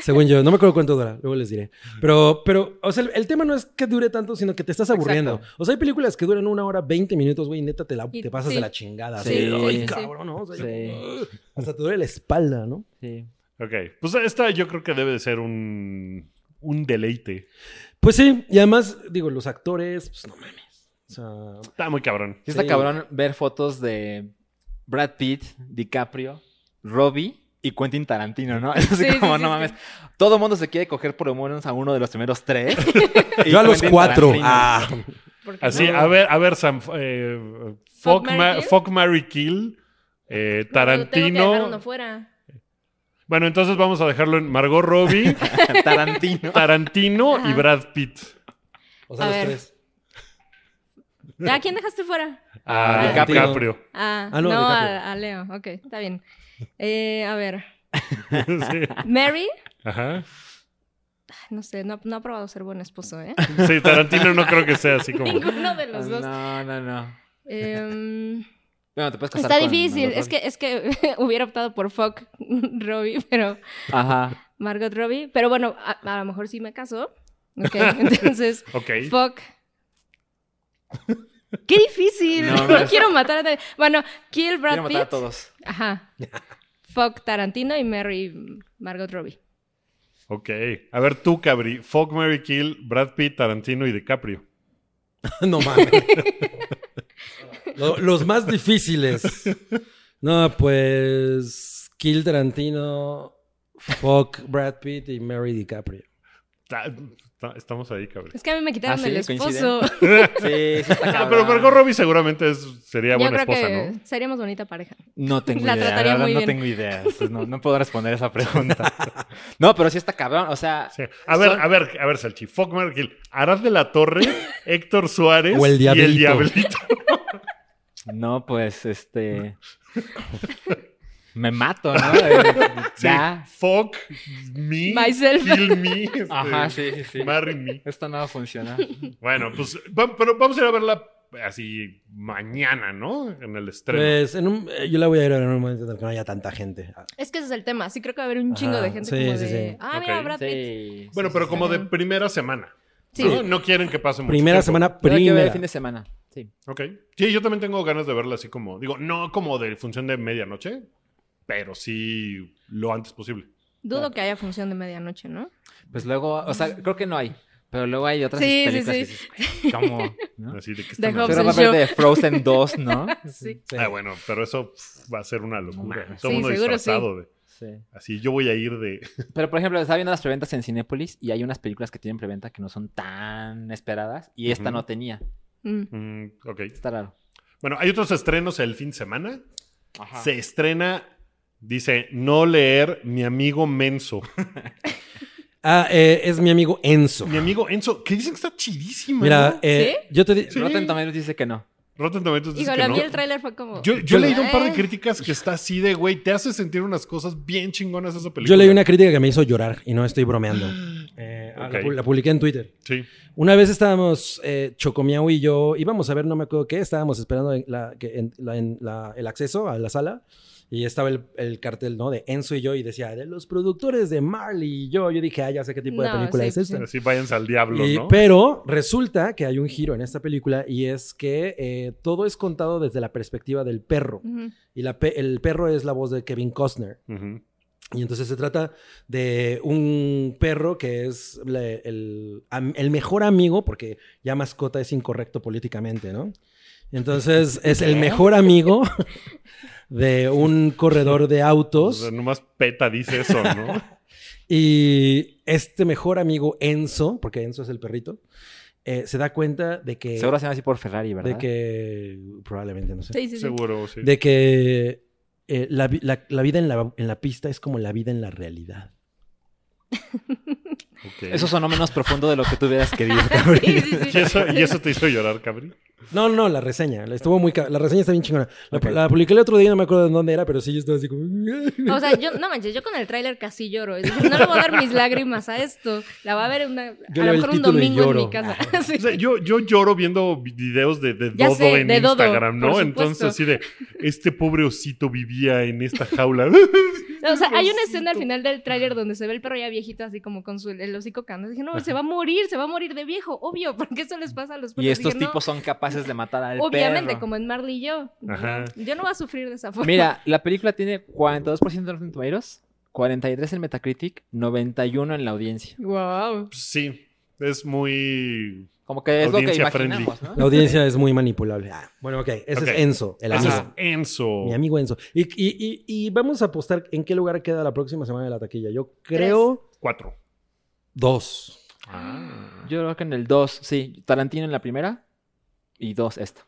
Según yo, no me acuerdo cuánto dura, luego les diré. Pero, pero, o sea, el, el tema no es que dure tanto, sino que te estás aburriendo. Exacto. O sea, hay películas que duran una hora, 20 minutos, güey, y neta te, la, Y- te pasas sí. de la chingada. Sí, así, sí, "Ay, sí, sí. cabrón, ¿no? O sea, Sí. Hasta te duele la espalda, ¿no? Sí. Ok, pues esta yo creo que debe de ser un, un deleite. Pues sí, y además, digo, los actores, pues no mames. O sea, Está muy cabrón. Sí Está Sí. cabrón ver fotos de Brad Pitt, DiCaprio, Robbie y Quentin Tarantino, ¿no? <laughs> Es así Sí, sí, como, sí, no sí. mames. Todo mundo se quiere coger por lo menos a uno de los primeros tres. Y yo a los Quentin cuatro. Tarantino. Ah, ¿Por qué Así, no? a ver, a ver, Sam, eh, Fuck, Fuck, Mary, Ma- Kill. Fuck, Mary Kill, eh, Pero Tengo que dejar Tarantino. <laughs> uno fuera. Bueno, entonces vamos a dejarlo en Margot Robbie, Tarantino. Tarantino y Ajá. Brad Pitt. o sea, A los ver. tres. <laughs> ¿A quién dejaste fuera? A Tarantino. DiCaprio. Ah, Ah, no, no, DiCaprio. a, a Leo. Ok, está bien. Eh, a ver. <laughs> Sí. Mary, Ajá. no sé, no, no ha probado ser buen <laughs> esposo, ¿eh? Sí, Tarantino no creo que sea así como. Ninguno de Ah, los dos. No, no, no. Em, Bueno, te puedes casar está con- difícil. con Es que, Robbie. es que <laughs> hubiera optado por fuck Robbie, pero Ajá. Margot Robbie. Pero bueno, a, a lo mejor sí me caso. <laughs> Ok, entonces, Ok. fuck. ¡Qué difícil! <laughs> No, No, no. quiero matar a nadie. Bueno, kill Quiero Brad matar a Pitt. <laughs> todos. <laughs> Ajá. Fuck Tarantino y Mary Margot Robbie. Ok. A ver, tú, Cabri. Fuck, Mary Kill, Brad Pitt, Tarantino y DiCaprio. <laughs> No mames. Lo- los más difíciles. No, pues. Kill Tarantino, Fuck Brad Pitt y Mary DiCaprio. Ta- ta- Estamos ahí, Cabri. Es que a mí me quitaron Ah, sí, el esposo. <laughs> Sí, sí está Ah, cabrón. pero Margot Robbie seguramente es- sería Yo buena creo esposa, que ¿no? seríamos bonita pareja. No tengo La idea. trataría la verdad, muy no bien. tengo idea. Entonces, no, no puedo responder esa pregunta. <laughs> No, pero sí está cabrón. O sea, Sí. A ver, Son- a ver, a ver, Salchi. Fuck, Mary Kill. Arad de la Torre, Héctor Suárez O el y el Diablito. Diablito. no, pues, este. Me mato, <laughs> ¿no? Eh, Sí. Ya. Fuck me. Myself. Kill me. este, Ajá, sí, sí, sí. Marry me. Esto no va a <laughs> funcionar. Bueno, pues va- pero vamos a ir a verla así mañana, ¿no? En el estreno. Pues en un- eh, yo la voy a ir a ver en un momento en el que no haya tanta gente. Ah, Es que ese es el tema. Sí creo que va a haber un chingo de gente sí, como sí, de... sí. Ah, mira, Ok, Brad Pitt. Sí. bueno, pero como de primera semana. Sí. ¿no? No quieren que pase mucho Primera tiempo. semana, Pero hay que ver el primera. fin de semana. Sí. Ok. Sí, yo también tengo ganas de verla así como, digo, no como de función de medianoche, pero sí lo antes posible. Dudo que haya función de medianoche, ¿no? Pues luego, o sea, creo que no hay. Pero luego hay otras Sí, Pues sí, películas que sí. dices, "Güey, ¿cómo? <laughs> ¿No? Así de que The están Hobbs Pero haciendo? va a and haber Shaw. de Frozen 2, ¿no? Sí. Sí. Ah, bueno, pero eso pf, va a ser una locura. mames. Todo el Sí, mundo seguro disfrazado de- Sí. Así, yo voy a ir de... Pero por ejemplo, estaba viendo las preventas en Cinépolis y hay unas películas que tienen preventa que no son tan esperadas y esta Ujú. no tenía. Mm. Mm, ok. Está raro. Bueno, hay otros estrenos el fin de semana. Ajá. Se estrena, dice, no leer mi amigo Menso. Ah, eh, es mi amigo Enzo. mi amigo Enzo, que dicen que está chidísima. Mira, ¿no? eh, yo te di- Sí. Rotten Tomatoes dice que no. Rotten Tomatoes dice Pues Híjole, que a mí no. el tráiler fue como... Yo, yo Yo- leí un par de Eh. críticas que está así de, güey, te hace sentir unas cosas bien chingonas esa película. yo leí una crítica que me hizo llorar y no <gasps> estoy bromeando. Eh, ah, la Ok. pu- la publiqué en Twitter. Sí. Una vez estábamos, eh, Chocomiao y yo, íbamos a ver, no me acuerdo qué, estábamos esperando en la- que en- la- en la- el acceso a la sala y estaba el, el cartel, ¿no? De Enzo y yo y decía, de los productores de Marley y yo. Yo dije, ah, ya sé qué tipo de No, película sí, es esta. sí. Así váyanse al diablo, Y- ¿no? Pero resulta que hay un giro en esta película y es que eh, todo es contado desde la perspectiva del perro. Ujú. Y la pe- el perro es la voz de Kevin Costner. Ujú. Y entonces se trata de un perro que es le- el, am- el mejor amigo, porque ya mascota es incorrecto políticamente, ¿no? <laughs> Entonces es el mejor amigo de un corredor de O <laughs> autos sea, nomás PETA dice eso, <laughs> ¿no? y este mejor amigo Enzo, porque Enzo es el perrito, eh, se da cuenta de que... Seguro se llama así por Ferrari, ¿verdad? De que... Probablemente, no sé. Sí, sí, sí. Seguro, sí. De que eh, la, vi- la- la vida en la, en la pista es como la vida en la realidad. Ok. Eso sonó menos profundo de lo que tú hubieras <laughs> querido. <laughs> Sí, sí, sí. <laughs> ¿Y, eso, y eso te hizo llorar, Cabri. No, no, la reseña. la Estuvo muy ca- La reseña está bien chingona. La, Ok. la publiqué el otro día, no me acuerdo de dónde era, pero sí, yo estaba así como. <laughs> O sea, yo, no manches, yo con el tráiler casi lloro. Y dije, no le voy a dar mis lágrimas a esto. La va a ver una, Yo leo a lo el mejor un título y domingo en lloro. mi casa. <laughs> Sí. O sea, yo, yo lloro viendo videos de, de Ya Dodo sé, en de Dodo, Instagram, ¿no? por supuesto. Entonces, así de, este pobre osito vivía en esta <laughs> jaula. No, o sea, hay una escena al final del tráiler donde se ve el perro ya viejito, así como con su, el hocico cano. Dije, no, se va a morir, se va a morir de viejo, obvio, <laughs> porque eso les pasa a los perros. Y estos Dije, no, tipos son capaces de matar al Obviamente, perro. como en Marley y yo. Ajá. Yo no voy a sufrir de <laughs> esa forma. Mira, la película tiene 42% de Rotten Tomatoes, 43 en Metacritic, 91 en la audiencia. Wow. Sí, es muy... Como que es Audiencia lo que imaginamos, La ¿no? audiencia es muy manipulable. Ah, bueno, ok. Ese Ok. es Enzo, el Ese amigo. es Enzo. Mi amigo Enzo. Y, y- y- y vamos a apostar en qué lugar queda la próxima semana de la taquilla. Yo creo. Cuatro. Dos. Ah. Yo creo que en el 2, sí, Tarantino en la primera y 2 esta.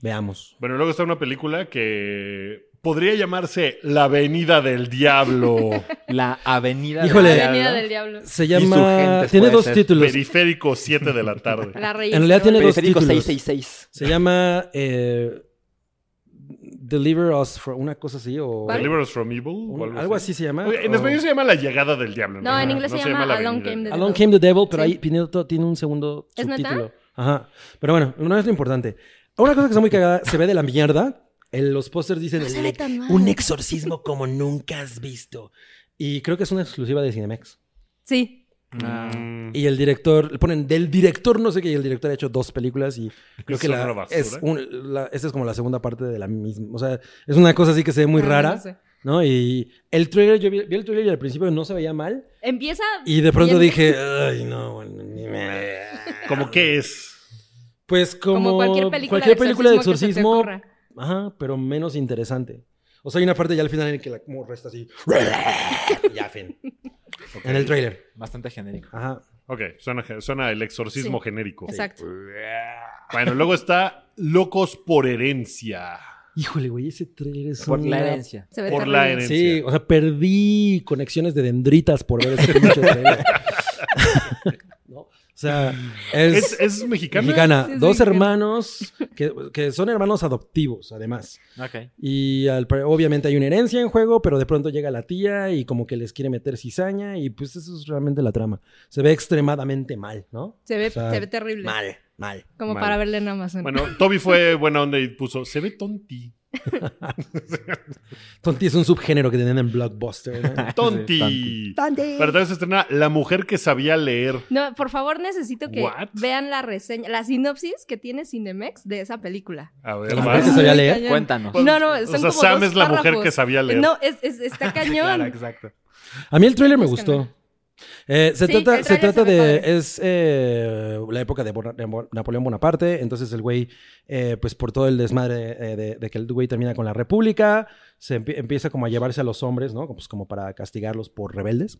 Veamos. Bueno, luego está una película que podría llamarse La Avenida del Diablo. <laughs> La Avenida Híjole. del La avenida Diablo. del diablo. Se su gente, llama. Tiene puede dos ser. títulos. Periférico 7 de la tarde. La rey. En realidad tiene dos Periférico títulos. 666. Se llama. eh, Deliver Us for una cosa así o. ¿Cuál? Deliver Us from Evil. o un- algo así se llama. Oye, en o- español se llama La Llegada del Diablo. No, en inglés No se, llama, La Along Avenida Came the Along Devil. Came the Devil, pero Sí. ahí Pinedo tiene un segundo ¿Es neta? subtítulo. Ajá. Pero bueno, no es lo importante. Una cosa que está muy cagada, se ve de la mierda. En los pósters dicen No se el ve ex- tan mal. un <laughs> exorcismo como nunca has visto. Y creo que es una exclusiva de Cinemex. Sí. Ah. Mm. Y el director, le ponen del director, no sé qué, y el director ha hecho dos películas y creo Es que la- una basura. es un- la- esta es como la segunda parte de la misma. O sea, es una cosa así que se ve muy Ah, rara, no sé. ¿no? Y el trailer, yo vi, vi el trailer y al principio no se veía mal. Empieza. Y de pronto bien- <laughs> dije, ay, no, bueno, ni me... ¿Cómo qué es? Pues como, Como cualquier película, cualquier de, película de exorcismo exorcismo, que se te ocurra. ajá, pero menos interesante. O sea, hay una parte ya al final en que la morra está así. <laughs> ya, fin. En el trailer. Bastante genérico. Ajá. Ok, suena, suena el exorcismo Sí, genérico. Exacto. Bueno, luego está Locos por Herencia. Híjole, güey, ese trailer es Por la una- herencia. Se ve Por terrible. la herencia. Sí, o sea, perdí conexiones de dendritas por ver ese pinche trailer. <laughs> ¿No? O sea, es, ¿Es, es mexicana? mexicana. Sí, es Dos mexicana. hermanos que, que son hermanos adoptivos, además. Ok. Y al pare- obviamente hay una herencia en juego, pero de pronto llega la tía y como que les quiere meter cizaña y pues eso es realmente la trama. Se ve extremadamente mal, ¿no? Se ve, O sea, se ve terrible. Mal, mal. Como mal. <laughs> para verla en Amazon. Bueno, Toby fue buena onda y puso, se ve tonti. Tonti es un subgénero que tenían en Blockbuster. ¿no? Tonti. Pero también se estrena La mujer que sabía leer. No, por favor, necesito que What? vean la reseña, la sinopsis que tiene Cinemex de esa película. A ver, ¿La vas. mujer que sabía leer? Cañón. Cuéntanos. Pues, No, no, o son sea, como Sam dos es la mujer párrafos. que sabía leer. No, es, <laughs> es- está Claro, cañón. exacto. A mí el tráiler me Búsquenla. gustó. Eh, se, Sí, trata, el se tráiler trata se ve de. padre. Es eh, la época de, Bona- de Bo- Napoleón Bonaparte. Entonces, el güey, eh, pues por todo el desmadre eh, de, de que el güey termina con la República, se empie- empieza como a llevarse a los hombres, ¿no? Pues como para castigarlos por rebeldes.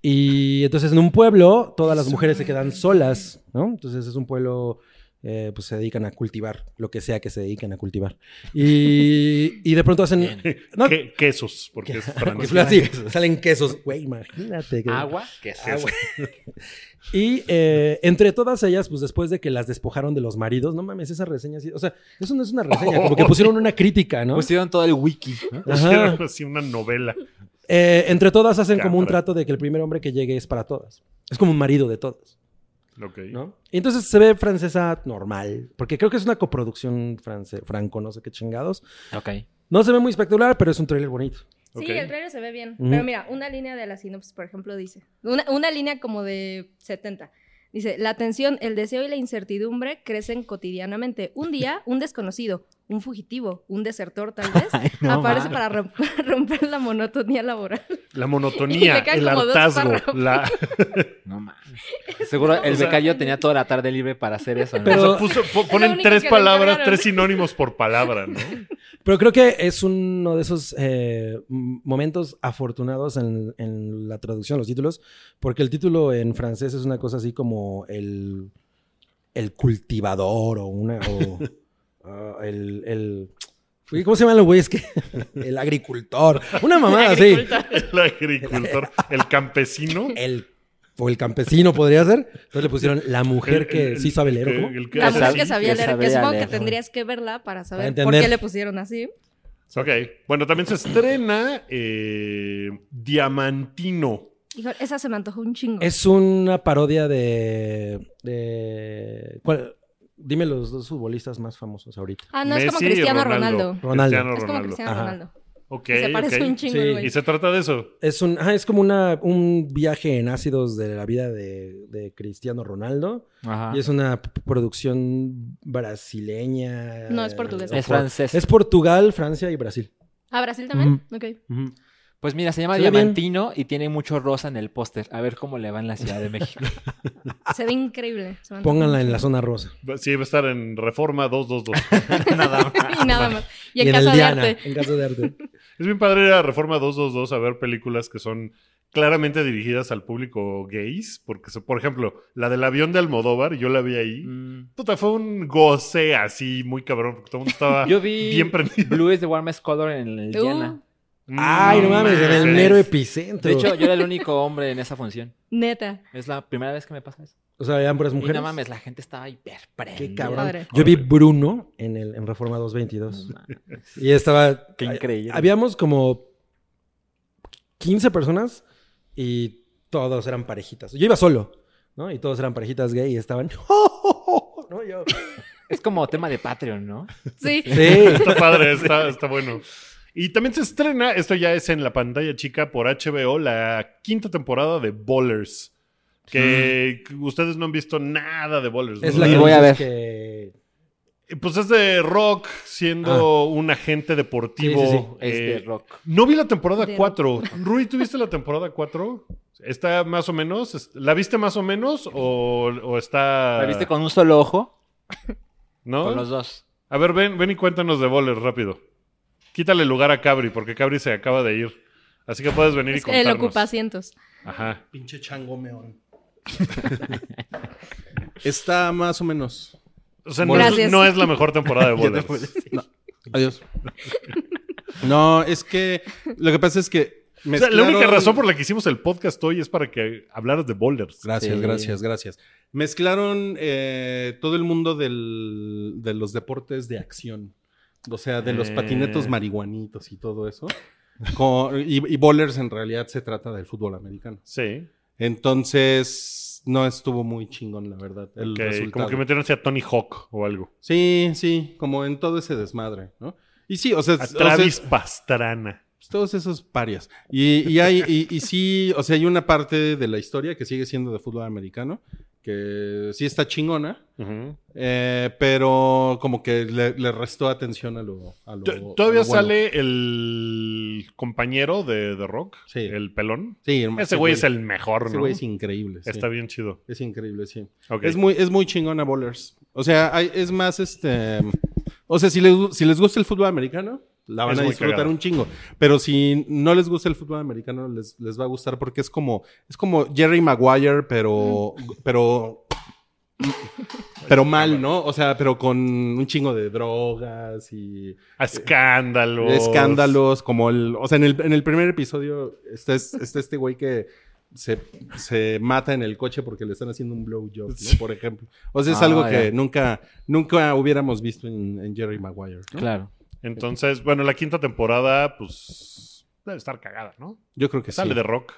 Y entonces, en un pueblo, todas las mujeres se quedan solas, ¿no? Entonces, es un pueblo. eh, pues se dedican a cultivar lo que sea que se dediquen a cultivar. Y, y de pronto hacen. <laughs> No, Que- quesos, porque es porque francés. fue Pues, así, Ah, salen quesos. Güey, imagínate. que- Agua, queso. Ah, güey. y eh, entre todas ellas, pues después de que las despojaron de los maridos, no mames, esa reseña sí. O sea, eso no es una reseña, como que pusieron una crítica, ¿no? Pusieron todo el wiki. ¿no? <laughs> Ajá. Así una novela. Eh, entre todas hacen como un Cámara. trato de que el primer hombre que llegue es para todas. Es como un marido de todas, Ok. ¿no? Y entonces se ve francesa normal, porque creo que es una coproducción france- franco, no sé qué chingados. Ok. No se ve muy espectacular, pero es un tráiler bonito. Sí, Ok. el trailer se ve bien. Ujú. Pero mira, una línea de la sinopsis, por ejemplo, dice, una, una línea como de 70. Dice, la tensión, el deseo y la incertidumbre crecen cotidianamente. Un día, un desconocido, un fugitivo, un desertor tal <laughs> vez, Ay, no aparece mames. para romper, <laughs> romper la monotonía laboral. La <laughs> Y monotonía, me caen el como dos hartazgo. párrafos. La, <laughs> No mames. Seguro el O sea- becario tenía toda la tarde libre para hacer eso. ¿no? o <laughs> sea, Pero- puso- po- lo ponen único tres que le palabras, encargaron. tres sinónimos por palabra, <laughs> ¿no? Pero creo que es uno de esos eh, m- momentos afortunados en, en la traducción, los títulos, porque el título en francés es una cosa así como el, el cultivador o una... <laughs> o, ah, el, el- Uy, ¿Cómo se llaman los güeyes? que- <laughs> el agricultor. Una mamada así. El agricultor, el campesino. El, o el campesino podría ser. Entonces le pusieron la mujer El- que el- sí sabe leer. ¿o que- cómo? el que La hace mujer sab- que así. sabía que leer, que sabía supongo que leer. tendrías que verla para saber por entender. qué le pusieron así. Ok. Bueno, también se estrena eh, Diamantino. Híjole, esa se me antojó un chingo. Es una parodia de. de- ¿cuál? Dime los dos futbolistas más famosos ahorita. Ah, no, es como Messi y Cristiano Ronaldo. Ronaldo. Cristiano Es como Ronaldo. Cristiano Ajá. Ronaldo. Ok, se parece ok. un chingo, Sí. el ¿Y güey. se trata de eso? Es un, ajá, es como una, un viaje en ácidos de la vida de, de Cristiano Ronaldo. Ajá. Y es una p- producción brasileña. No, es portuguesa. Es francés. Es Portugal, Francia y Brasil. ¿A Ah, Brasil también? Ok. Pues mira, se llama Se ve bien. Diamantino y tiene mucho rosa en el póster. A ver cómo le va en la Ciudad de <laughs> México. Se ve increíble. se me antojó Pónganla mucho. en la zona rosa. Va- Sí, va a estar en Reforma 222. Nada más. <laughs> y nada más. Y en el casa de Diana, arte. En casa de <laughs> arte. Mm, es bien padre ir a Reforma 222 a ver películas que son claramente dirigidas al público gays. Porque, se- por ejemplo, la del avión de Almodóvar, yo la vi ahí. Mm. Puta, fue un goce así muy cabrón, porque todo el mundo estaba Yo vi bien prendido. Mm, Blue is the warmest color en el Uh, Diana. Ay, no mames, en el mames. mero epicentro. De hecho, yo era el único hombre en esa función. neta. Es la primera vez que me pasa eso. o sea, eran puras Y mujeres. no mames, la gente estaba hiper prendida. Qué cabrón. Pues, Padre. Yo vi Bruno en, el, en Reforma 222. No mames. Y estaba. Qué increíble. Habíamos como 15 personas y todos eran parejitas. Yo iba solo, ¿no? Y todos eran parejitas gay y estaban. <laughs> ¿no? Yo- Es como tema de Patreon, ¿no? Sí. Sí. Está padre, está, está bueno. Y también se estrena, esto ya es en la pantalla chica por HBO, la quinta temporada de Ballers. Que que ustedes no han visto nada de Ballers. <laughs> Es ¿no? la que Voy a dices ver. que- Pues es de rock, siendo Ah. un agente deportivo. Sí, sí, sí, Es eh, de rock. No vi la temporada De 4. Rui, ¿tú viste la temporada 4? ¿Está más o menos? Es- ¿La viste más o menos? ¿O, o está.? La viste con un solo ojo, ¿No? con los dos. A ver, ven, ven y cuéntanos de Bowler rápido. Quítale lugar a Cabri, porque Cabri se acaba de ir. Así que puedes venir y <laughs> Es que él contarnos. ocupa asientos. Ajá. Pinche chango meón. <laughs> Está más o menos. O sea, no es, Gracias. no es la mejor temporada <laughs> de Bowler. No. Adiós. No, es que lo que pasa es que O sea, la mezclaron- única razón por la que hicimos el podcast hoy es para que hablaras de Bowlers. Gracias, Sí. gracias, gracias. Mezclaron eh, todo el mundo del- de los deportes de acción. O sea, de los Eh. patinetos marihuanitos y todo eso. Con- y, y bowlers en realidad se trata del fútbol americano. Sí. Entonces, no estuvo muy chingón, la verdad, el Ok, resultado. Como que metieron a Tony Hawk o algo. Sí, sí, como en todo ese desmadre, ¿no? Y sí, o sea, A o sea, Travis Pastrana. todos esos parias. Y, y hay, y, y sí, o sea, hay una parte de la historia que sigue siendo de fútbol americano, que sí está chingona, eh, pero como que le, le restó atención a lo. a lo- T- a Todavía lo bueno. sale el compañero de, de Rock, Sí. el pelón. Sí, hermano, Ese güey es el mejor, Ese ¿no? güey es increíble. sí. Está bien chido. Es increíble, sí. Ok. Es muy, es muy chingona Bowlers. O sea, hay- es más este. O sea, si les, gu- si les gusta el fútbol americano, la van Es a muy disfrutar cagada. un chingo. Pero si no les gusta el fútbol americano, les, les va a gustar porque es como, es como Jerry Maguire, pero. Mm. <laughs> pero. Pero mal, ¿no? O sea, pero con un chingo de drogas y A escándalos. escándalos, como el, o sea, en el, en el primer episodio está, es- está este güey que se, se mata en el coche porque le están haciendo un blowjob, ¿no? Sí. por ejemplo. O sea, es Ah, algo ya. que nunca, nunca hubiéramos visto en, en Jerry Maguire. ¿no? Claro. Entonces, bueno, la quinta temporada, pues, debe estar cagada, ¿no? Yo creo que Sale sí, de Rock.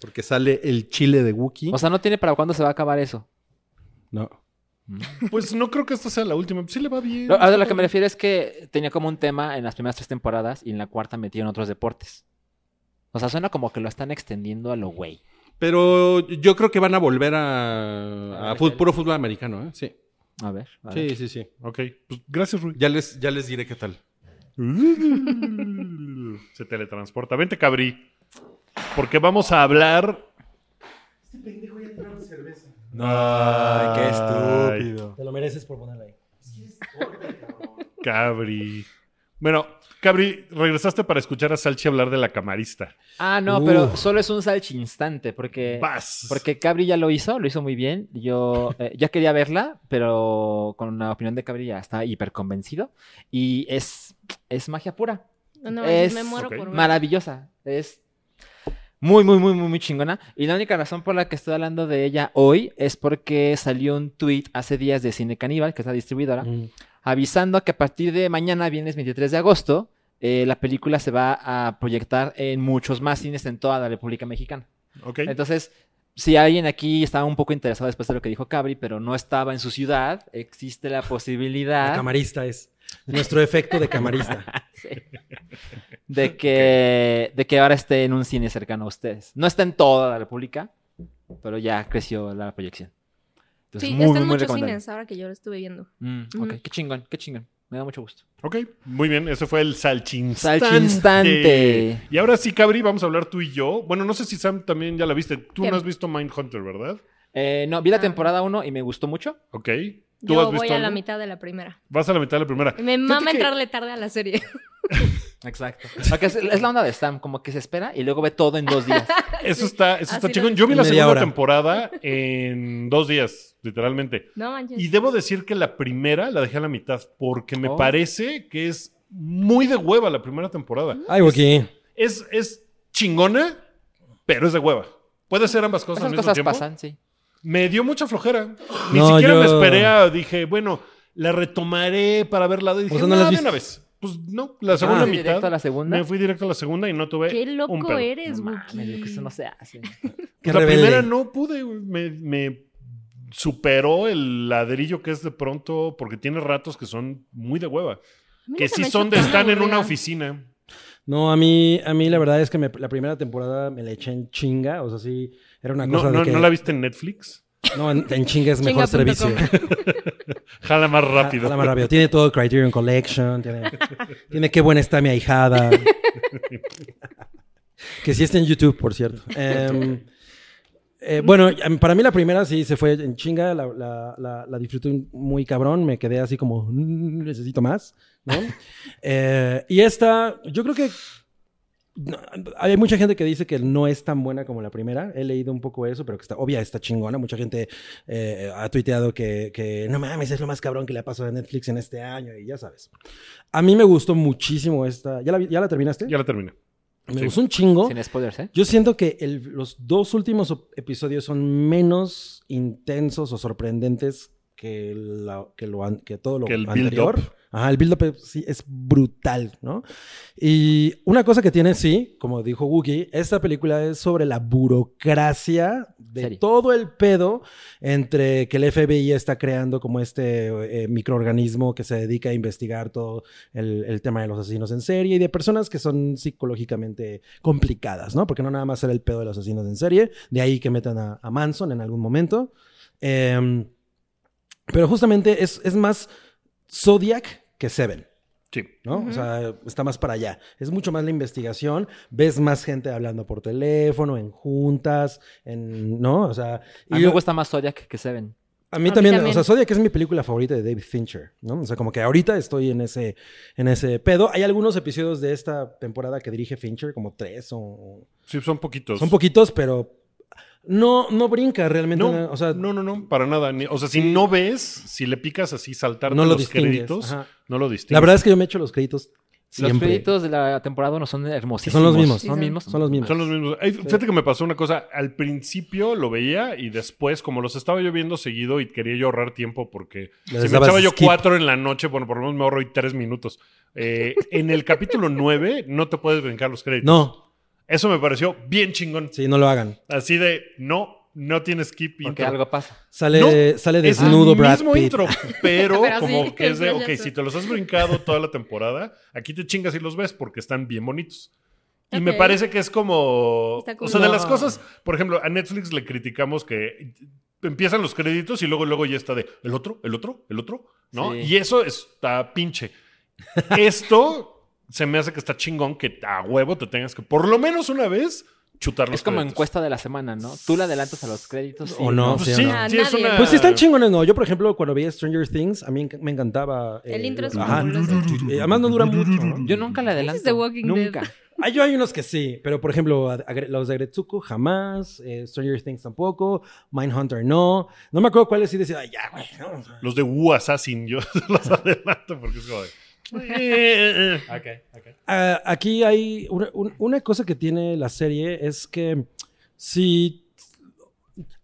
porque sale el chile de Wookiee. O sea, no tiene para cuándo se va a acabar eso. no. Pues no creo que esta sea la última. Sí le va bien. No, a lo que me refiero es que tenía como un tema en las primeras tres temporadas y en la cuarta metieron otros deportes. O sea, suena como que lo están extendiendo a lo güey. Pero yo creo que van a volver a, a fu- puro fútbol americano, ¿eh? Sí. A ver. a ver. Sí, sí, sí. Ok, pues gracias, Rui. Ya les, ya les diré qué tal. <laughs> Se teletransporta. Vente, cabrí. Porque vamos a hablar. Ay, qué Ay. estúpido. Te lo mereces por ponerla ahí. Cabri. Bueno, Cabri, regresaste para escuchar a Salchi hablar de la camarista. Ah, no, pero solo es un salchi instante porque... Paz. Eh, Porque Cabri ya lo hizo, lo hizo muy bien. Yo eh, ya quería verla, pero con la opinión de Cabri ya está hiper convencido. Y es, es magia pura. No, no, manches, Es- me muero Ok. por ver. maravillosa. Es muy, muy, muy, muy, muy chingona. Y la única razón por la que estoy hablando de ella hoy es porque salió un tweet hace días de Cine Caníbal, que es la distribuidora, Mm. avisando que a partir de mañana, viernes 23 de agosto, eh, la película se va a proyectar en muchos más cines en toda la República Mexicana. Ok. Entonces, si alguien aquí estaba un poco interesado después de lo que dijo Cabri, pero no estaba en su ciudad, existe la La posibilidad camarista es. Nuestro efecto <laughs> de camarista. de que, de que ahora esté en un cine cercano a ustedes. No está en toda la República, pero ya creció la proyección. Entonces, Sí, muy, están muy, muy muchos recomendable. cines ahora que yo lo estuve viendo. Mm, ok, qué chingón, qué chingón. Me da mucho gusto. Ok, muy bien, ese fue el Pues salchinstante. Salchinstante. Y ahora sí, Cabri, vamos a hablar tú y yo. Bueno, no sé si Sam también ya la viste. Tú ¿Qué? no has visto Mindhunter, ¿verdad? Eh, no, vi la Ah. temporada 1 y me gustó mucho. Ok. ¿Tú Yo has voy visto a la algo? mitad de la primera. Vas a la mitad de la <laughs> primera. Me mama que- entrarle tarde a la serie. <laughs> Exacto. es, es la onda de Sam, como que se espera y luego ve todo en <laughs> dos días. Eso está, eso está así chingón. lo- Yo vi la Media segunda hora. temporada en dos días, <laughs> literalmente. No manches. Y debo decir que la primera la dejé a la mitad porque me Oh. parece que es muy de hueva la primera temporada. Ay, Wookiee. Es, es chingona, pero es de hueva. Puede ser ambas cosas al Esas mismo cosas tiempo. pasan, sí. Me dio mucha flojera. Ni No, siquiera me yo- esperé a- dije, bueno, la retomaré para verla. Y dije, sea, no ¿no las de viste? una vez. Pues no, la segunda Ah, mitad. directo a la segunda. Me fui directo a la segunda y no tuve Qué un loco pedo. eres, No mames, Wookie. que eso no se hace. Qué la rebelde. primera no pude, güey. me, me superó el ladrillo que es de pronto, porque tiene ratos que son muy de hueva. A mí Que nunca sí me son de chocó están en una aburrida. oficina. No, a mí, a mí la verdad es que me- la primera temporada me la eché en chinga. O sea, sí, era una cosa No, de no, que... ¿no la viste en Netflix? No, en, en chinga es mejor Chinga punto servicio. Jala más rápido. <laughs> La más rápido. Tiene todo Criterion Collection. Tiene, tiene qué buena está mi ahijada. que sí está en YouTube, por cierto. Em, eh, bueno, em, para mí la primera sí se fue en chinga. La, la- la- la disfruté un- muy cabrón. Me quedé así como, "Mm, necesito más. ¿no? Eh, y esta, yo creo que no, hay mucha gente que dice que no es tan buena como la primera. He leído un poco eso, pero que está obvia, está chingona. Mucha gente eh, ha tuiteado que, que, no mames, es lo más cabrón que le ha pasado a Netflix en este año y ya sabes. A mí me gustó muchísimo esta. ¿Ya la, vi- ya la terminaste? Ya la terminé. me sí. gustó un chingo. Sin spoilers, ¿eh? Yo siento que el- los dos últimos op- episodios son menos intensos o sorprendentes que, la- que, lo, an- que todo lo Que el build anterior. up. Ajá, el build-up es- sí, es brutal, ¿no? Y una cosa que tiene, sí, como dijo Wookie, esta película es sobre la burocracia de Serie. todo el pedo entre que el FBI está creando como este eh, microorganismo que se dedica a investigar todo el, el tema de los asesinos en serie y de personas que son psicológicamente complicadas, ¿no? Porque no nada más era el pedo de los asesinos en serie, de ahí que metan a, a Manson en algún momento. Em, pero justamente es, es más Zodiac que Seven. Sí. ¿no? Ujú. O sea, está más para allá. Es mucho más la investigación, ves más gente hablando por teléfono, en juntas, en, ¿no? O sea, A mí y- me gusta más Zodiac que Seven. a mí A mí también, también. o sea, Zodiac es mi película favorita de David Fincher, ¿no? O sea, como que ahorita estoy en ese, en ese pedo. Hay algunos episodios de esta temporada que dirige Fincher, como tres o... Sí, son poquitos. Son poquitos, pero no, no brinca realmente. No, No, o sea, no, no, no, no, para nada. Ni- O sea, si no ves, si le picas así saltar lo los distingues. créditos, Ajá. no lo distingues. La verdad es que yo me echo los créditos Los siempre. créditos de la temporada no son hermosísimos. Son los mismos. Son los mismos. Son los mismos. Son los mismos. Ay, Fíjate que me pasó una cosa. Al principio lo veía y después, como los estaba yo viendo seguido y quería yo ahorrar tiempo porque Les si me dabas echaba yo skip. cuatro en la noche, bueno, por lo menos me ahorro hoy tres minutos. Eh, en el capítulo <laughs> nueve no te puedes brincar los créditos. No, Eso me pareció bien chingón. sí, no lo hagan. Así de, no, no tienes skip Porque intro. algo pasa. Sale, sale Es desnudo el Brad mismo Pitt. intro, pero, Pero como sí, que es de, ya ok, sé. si te los has brincado toda la temporada, aquí te chingas y los ves porque están bien bonitos. Y me Ok. parece que es como... Está O cool. sea, de las No. cosas, por ejemplo, a Netflix le criticamos que empiezan los créditos y luego, luego ya está de el otro, el otro, el otro, ¿no? Sí. Y eso está pinche. Esto se me hace que está chingón que a huevo te tengas que por lo menos una vez chutar los Es como créditos. encuesta de la semana, ¿no? Tú la adelantas a los créditos. O no. Pues Sí, sí, no. sí es Nadie. una... Pues sí están chingones, no. Yo, por ejemplo, cuando veía Stranger Things, a mí enc- me encantaba. eh, El intro es ajá. fabuloso. Eh, Además no dura mucho. ¿no? Yo nunca la adelanto. This is The Walking nunca. Ah, yo hay unos que sí, pero por ejemplo, a- a- los de Agretsuko jamás, eh, Stranger Things tampoco, Mindhunter no. No me acuerdo cuáles sí decía, "Ay, ya, güey. no". Los de Wu Assassin, yo <laughs> los adelanto porque es como de. <laughs> Eh, eh, eh. Ah, aquí hay una, un- una cosa que tiene la serie es que si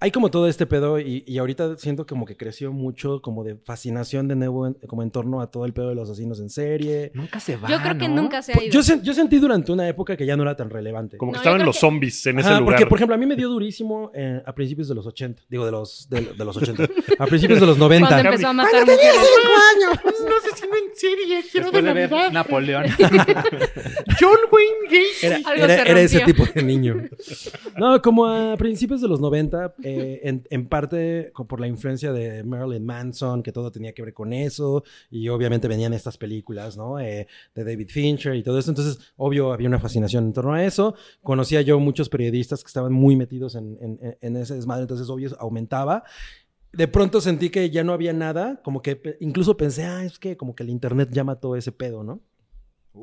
hay como todo este pedo y, y ahorita siento como que creció mucho como de fascinación de nuevo en- como en torno a todo el pedo de los asesinos en serie. Nunca se va. Yo creo que ¿no? nunca se ha ido. Pues Yo, sen- yo sentí durante una época que ya no era tan relevante. Como que No, yo estaban creo los que- zombies en Ajá, ese lugar. Porque, por ejemplo, a mí me dio durísimo eh, a principios de los 80. Digo, de los, de, de los 80. A principios de los 90. Cuando empezó a matar mujeres. <laughs> Después de ver <laughs> Napoleón. <laughs> Era, Algo era- se era ese rompió. tipo de niño. <laughs> No, como a principios de los 90, eh, en, en parte co- por la influencia de Marilyn Manson, que todo tenía que ver con eso, y obviamente venían estas películas, ¿no? Eh, de David Fincher y todo eso. Entonces, obvio, había una fascinación en torno a eso. Conocía yo muchos periodistas que estaban muy metidos en, en- en ese desmadre, entonces, obvio, aumentaba. De pronto sentí que ya no había nada, como que pe- incluso pensé, ah, es que como que el internet llama todo ese pedo, ¿no?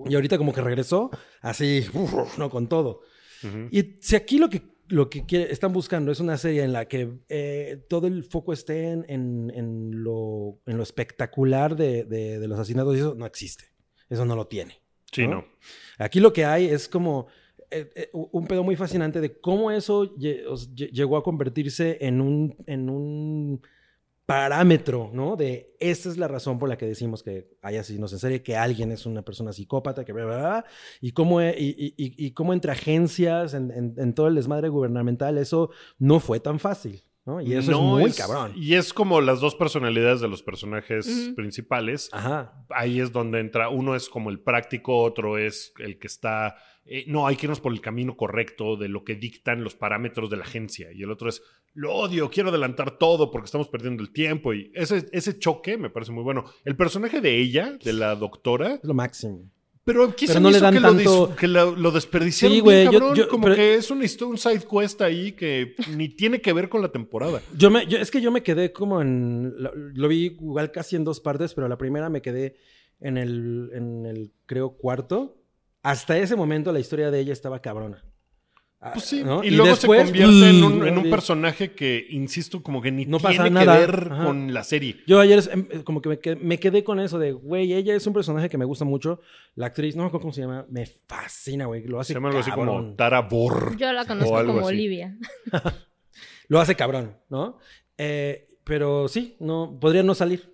Y ahorita como que regresó, así, uf, no con todo. Ujú. Y si aquí lo que, lo que quiere- están buscando es una serie en la que eh, todo el foco esté en, en- en lo, en lo espectacular de, de- de los asesinatos, y eso no existe. Eso no lo tiene. Sí, ¿no? no. Aquí lo que hay es como eh, eh, un pedo muy fascinante de cómo eso lle- os- lle- llegó a convertirse en un, en un parámetro, ¿no? De esta es la razón por la que decimos que hay asesinos en serie, que alguien es una persona psicópata, que bla, bla, bla, y cómo, eh, y, y- y- y cómo entre agencias, en, en- en todo el desmadre gubernamental, eso no fue tan fácil, ¿no? Y eso Ah, No es muy es- cabrón. Y es como las dos personalidades de los personajes Ujú. principales. Ajá. Ahí es donde entra. Uno es como el práctico, otro es el que está. eh, no, hay que irnos por el camino correcto de lo que dictan los parámetros de la agencia. Y el otro es, lo odio, quiero adelantar todo porque estamos perdiendo el tiempo. Y ese, ese choque me parece muy bueno. El personaje de ella, de la doctora, Es lo máximo. Pero aquí Pero se no me le hizo dan que, lo, tanto- dis- que la- lo desperdiciaron Sí, bien güey, yo- cabrón. yo- como pero- que es un, hist- un side quest ahí que ni tiene que ver con la temporada. Yo me, yo- es que yo me quedé como en. Lo, lo vi igual casi en dos partes, pero la primera me quedé en el, en el creo, cuarto. Hasta ese momento la historia de ella estaba cabrona. Ah, Pues sí, ¿no? y, luego después, se convierte en mm, un, en un y- personaje que, insisto, como que ni No pasa tiene que nada. ver Ajá. con la serie. Yo ayer es- em, como que me quedé, me quedé con eso de, güey, ella es un personaje que me gusta mucho. La actriz, no me acuerdo cómo se llama, me fascina, güey. Lo hace Se llama algo así como cabrón. Tara Bor. Yo la O conozco algo como así. Olivia. Lo hace cabrón, ¿no? Eh, Pero sí, no, podría no salir.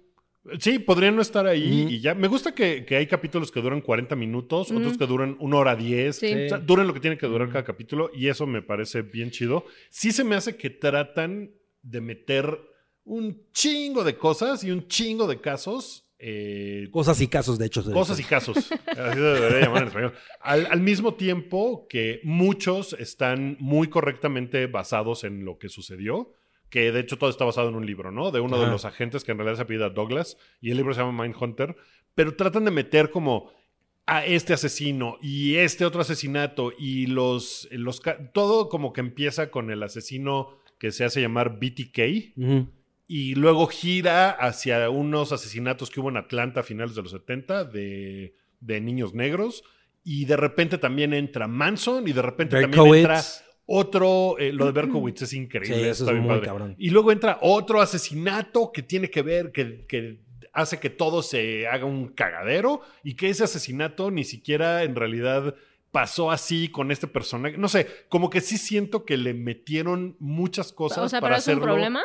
Sí, podría no estar ahí y ya. Me gusta que, que hay capítulos que duran 40 minutos, otros Mm. que duran una hora 10. Sí. O sea, duran lo que tiene que durar cada capítulo y eso me parece bien chido. Sí se me hace que tratan de meter un chingo de cosas y un chingo de casos. eh, Cosas y casos, de hecho. de- Cosas y casos. Así se debería llamar en español. Al, al mismo tiempo que muchos están muy correctamente basados en lo que sucedió, que de hecho todo está basado en un libro, ¿no? De uno de Ajá. los agentes que en realidad se apellida Douglas y el libro se llama Mindhunter, pero tratan de meter como a este asesino y este otro asesinato y los, los ca- todo como que empieza con el asesino que se hace llamar BTK Ujú. y luego gira hacia unos asesinatos que hubo en Atlanta a finales de los 70 de, de niños negros. Y de repente también entra Manson y de repente también Berkowitz. entra otro, eh, <clears throat> lo de Berkowitz es increíble. Sí, eso está es bien muy padre. cabrón. Y luego entra otro asesinato que tiene que ver, que, que hace que todo se haga un cagadero y que ese asesinato ni siquiera en realidad pasó así con este personaje. No sé, como que sí siento que le metieron muchas cosas. o sea, para pero es un hacerlo- problema.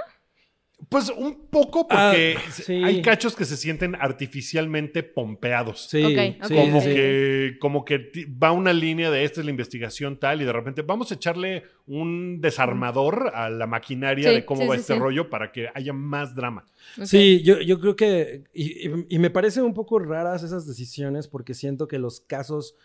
pues un poco porque Ah, se- sí. hay cachos que se sienten artificialmente pompeados. Sí, Ok, sí, ok. sí, Como sí. que, como que ti- va una línea de esta es la investigación tal y de repente vamos a echarle un desarmador a la maquinaria Sí, de cómo sí, va sí, este sí. rollo para que haya más drama. Ok. Sí, yo, yo creo que. Y, y- y me parecen un poco raras esas decisiones porque siento que los casos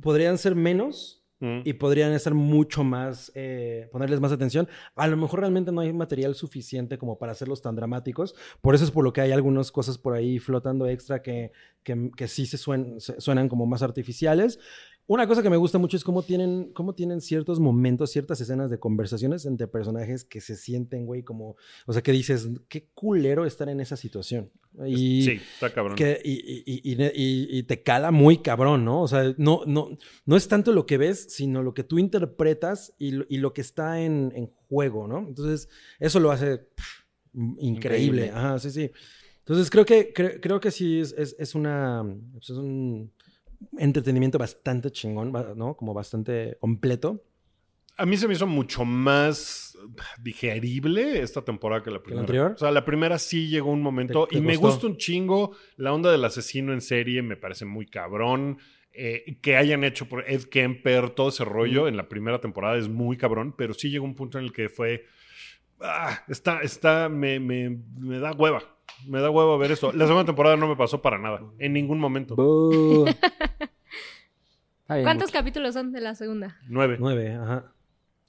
podrían ser menos Mm. y podrían estar mucho más. eh, ponerles más atención. A lo mejor realmente no hay material suficiente como para hacerlos tan dramáticos. Por eso es por lo que hay algunas cosas por ahí flotando extra que, que, que sí se, suen- se- suenan como más artificiales. Una cosa que me gusta mucho es cómo tienen, cómo tienen ciertos momentos, ciertas escenas de conversaciones entre personajes que se sienten, güey, como, o sea, que dices, qué culero estar en esa situación. Y, sí, está cabrón. que, y, y- y- y ne- y- y te cala muy cabrón, ¿no? O sea, no, no, no es tanto lo que ves, sino lo que tú interpretas y lo, y lo que está en, en juego, ¿no? Entonces, eso lo hace pff, increíble. Increíble. Ajá, sí, sí. Entonces, creo que, cre- creo que sí es, es, es una. pues, es un entretenimiento bastante chingón, ba- ¿no? Como bastante completo. A mí se me hizo mucho más digerible esta temporada que la primera. anterior? O sea, la primera sí llegó un momento ¿Te- te y me gustó? gusta un chingo la onda del asesino en serie, me parece muy cabrón. Eh, que hayan hecho por Ed Kemper, todo ese rollo en la primera temporada es muy cabrón, pero sí llegó un punto en el que fue. ah, está, está, me, me, me da hueva. Me da hueva ver esto. La segunda temporada no me pasó para nada, en ningún momento. Bu. Está bien, ¿Cuántos Wookie. capítulos son de la segunda? Nueve. <laughs> Nueve, ajá.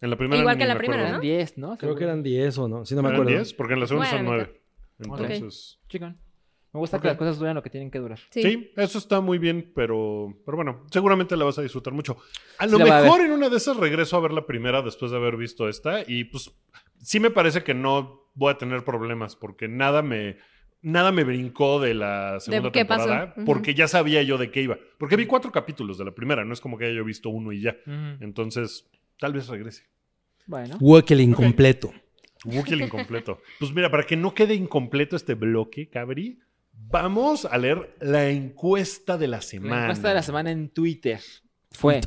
En la primera. Igual ni que la me acuerdo. primera, Eran ¿no? 10, ¿no? Creo que eran diez o no. Sí, no me ¿Eran acuerdo. diez? Porque en la segunda son Bueno, nueve. Ok. Entonces. Chingón. Me gusta Ok. que las cosas duren lo que tienen que durar. Sí. Sí, eso está muy bien, pero, pero bueno, seguramente la vas a disfrutar mucho. A Sí lo la voy a mejor en una de esas regreso a ver la primera después de haber visto esta y pues sí me parece que no voy a tener problemas porque nada me nada me brincó de la segunda qué pasó? temporada Ujú. porque ya sabía yo de qué iba. Porque vi cuatro capítulos de la primera, no es como que haya yo visto uno y ya. Entonces, tal vez regrese. Bueno. Walk el incompleto. Wookiee el incompleto. Pues mira, para que no quede incompleto este bloque, Cabri, vamos a leer la encuesta de la semana. La encuesta de la semana en Twitter fue: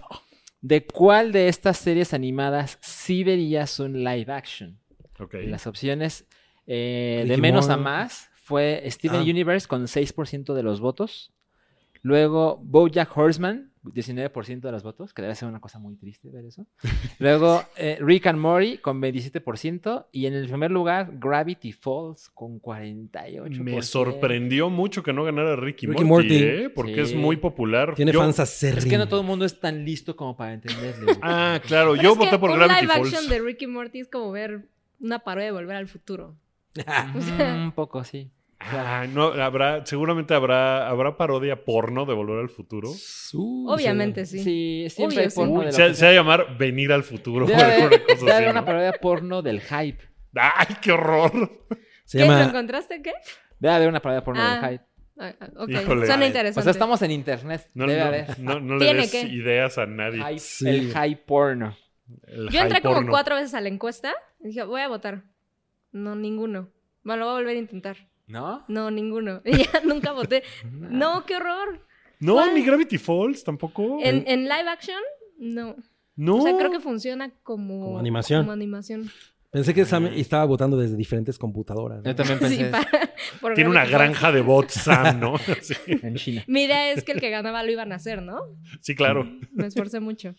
¿De cuál de estas series animadas sí verías un live action? Ok. Y Las opciones eh, de Digimon. menos a más fue Steven Ah. Universe con 6% de los votos. Luego Bojack Horseman, 19% de los votos, que debe ser una cosa muy triste ver <laughs> eso. Luego eh, Rick and Morty con 27%. Y en el primer lugar Gravity Falls con 48%. Me sorprendió mucho que no ganara Ricky, Ricky Morty, Morty. ¿eh? porque Sí. es muy popular. Tiene Yo- fans acérrimos. Es que no todo el mundo es tan listo como para entenderlo. güey. Ah, claro, Pero yo es que voté por un Gravity live Falls. action de Ricky Morty es como ver una parodia de Volver al Futuro. Mm, <laughs> O sea- un poco, sí. Ah, no, habrá, seguramente habrá, habrá parodia porno de Volver al Futuro. Uh, Obviamente, sí. Sí, siempre Obvio, hay sí. porno de lo Se, que se va a llamar Venir al Futuro. Debe haber- alguna cosa sea. Debe haber así, una ¿no? parodia porno del hype. Ay, qué horror. Se ¿Qué? ¿Lo llama encontraste? ¿Qué? Debe haber una parodia porno Ah, del hype. Ah, ah, ok, Híjole. suena Ay. interesante. O sea, estamos en internet. No, debe no, haber no- no le ¿Tiene des qué? ideas a nadie. hype- sí. el hype porno. El Yo entré high como porno. cuatro veces a la encuesta y dije, voy a votar. No, ninguno. Bueno, lo voy a volver a intentar. ¿No? No, ninguno. <laughs> Y ya nunca voté. Ah. No, qué horror. No, ¿Cuál? ni Gravity Falls tampoco. En, en live action, no. no. O sea, creo que funciona como, Como animación. Como animación. <laughs> Pensé que Sam estaba votando desde diferentes computadoras. ¿no? Yo también Sí, pensé para- por Pues Tiene una Gravity Falls. granja de bots, Sam, ¿no? <laughs> Sí, en China. Mi idea es que el que ganaba lo iban a hacer, ¿no? sí, claro. Me esforcé mucho.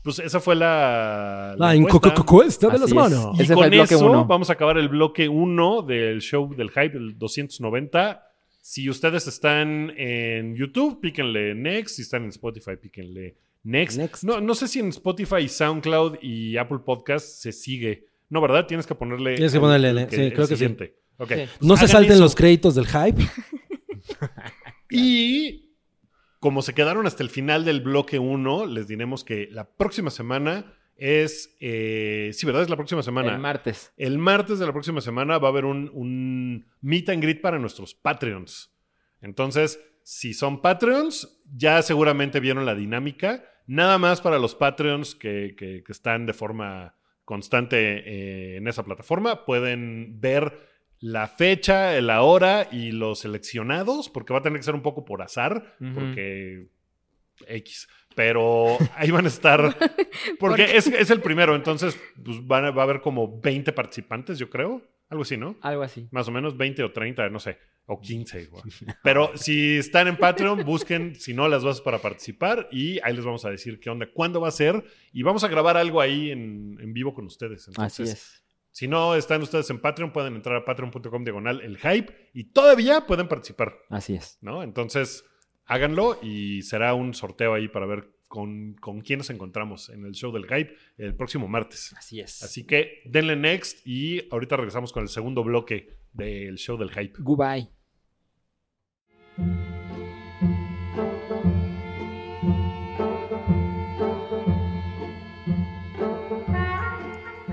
Pues esa fue la. La encuesta. encuesta de Así las es. manos. Y Ese con fue el bloque eso uno. vamos a acabar el bloque 1 del show del hype, el 290. Si ustedes están en YouTube, píquenle Next. Si están en Spotify, píquenle Next. Next. No, no sé si en Spotify, SoundCloud y Apple Podcast se sigue. No, ¿verdad? Tienes que ponerle. Tienes que ponerle, el sí, creo que sí. siguiente. Ok. Pues Sí. No se Hagan salten eso. los créditos del hype. Y como se quedaron hasta el final del bloque 1, les diremos que la próxima semana es. eh, sí, ¿verdad? Es la próxima semana. El martes. El martes de la próxima semana va a haber un, un meet and greet para nuestros Patreons. Entonces, si son Patreons, ya seguramente vieron la dinámica. Nada más para los Patreons que, que- que están de forma constante eh, en esa plataforma, pueden ver la fecha, la hora y los seleccionados, porque va a tener que ser un poco por azar, Ujú. porque X. Pero ahí van a estar. Porque es, es el primero, entonces pues, van a- va a haber como 20 participantes, yo creo. Algo así, ¿no? Algo así. Más o menos 20 o 30, no sé. O 15, güey. Pero si están en Patreon, busquen, si no, las bases para participar y ahí les vamos a decir qué onda, cuándo va a ser y vamos a grabar algo ahí en, en vivo con ustedes. Así Entonces, es. si no están ustedes en Patreon, pueden entrar a patreon.com diagonal el hype y todavía pueden participar. Así es. ¿no? Entonces, háganlo y será un sorteo ahí para ver con, con quién nos encontramos en el show del hype el próximo martes. Así es. Así que denle next y ahorita regresamos con el segundo bloque del show del hype. Goodbye.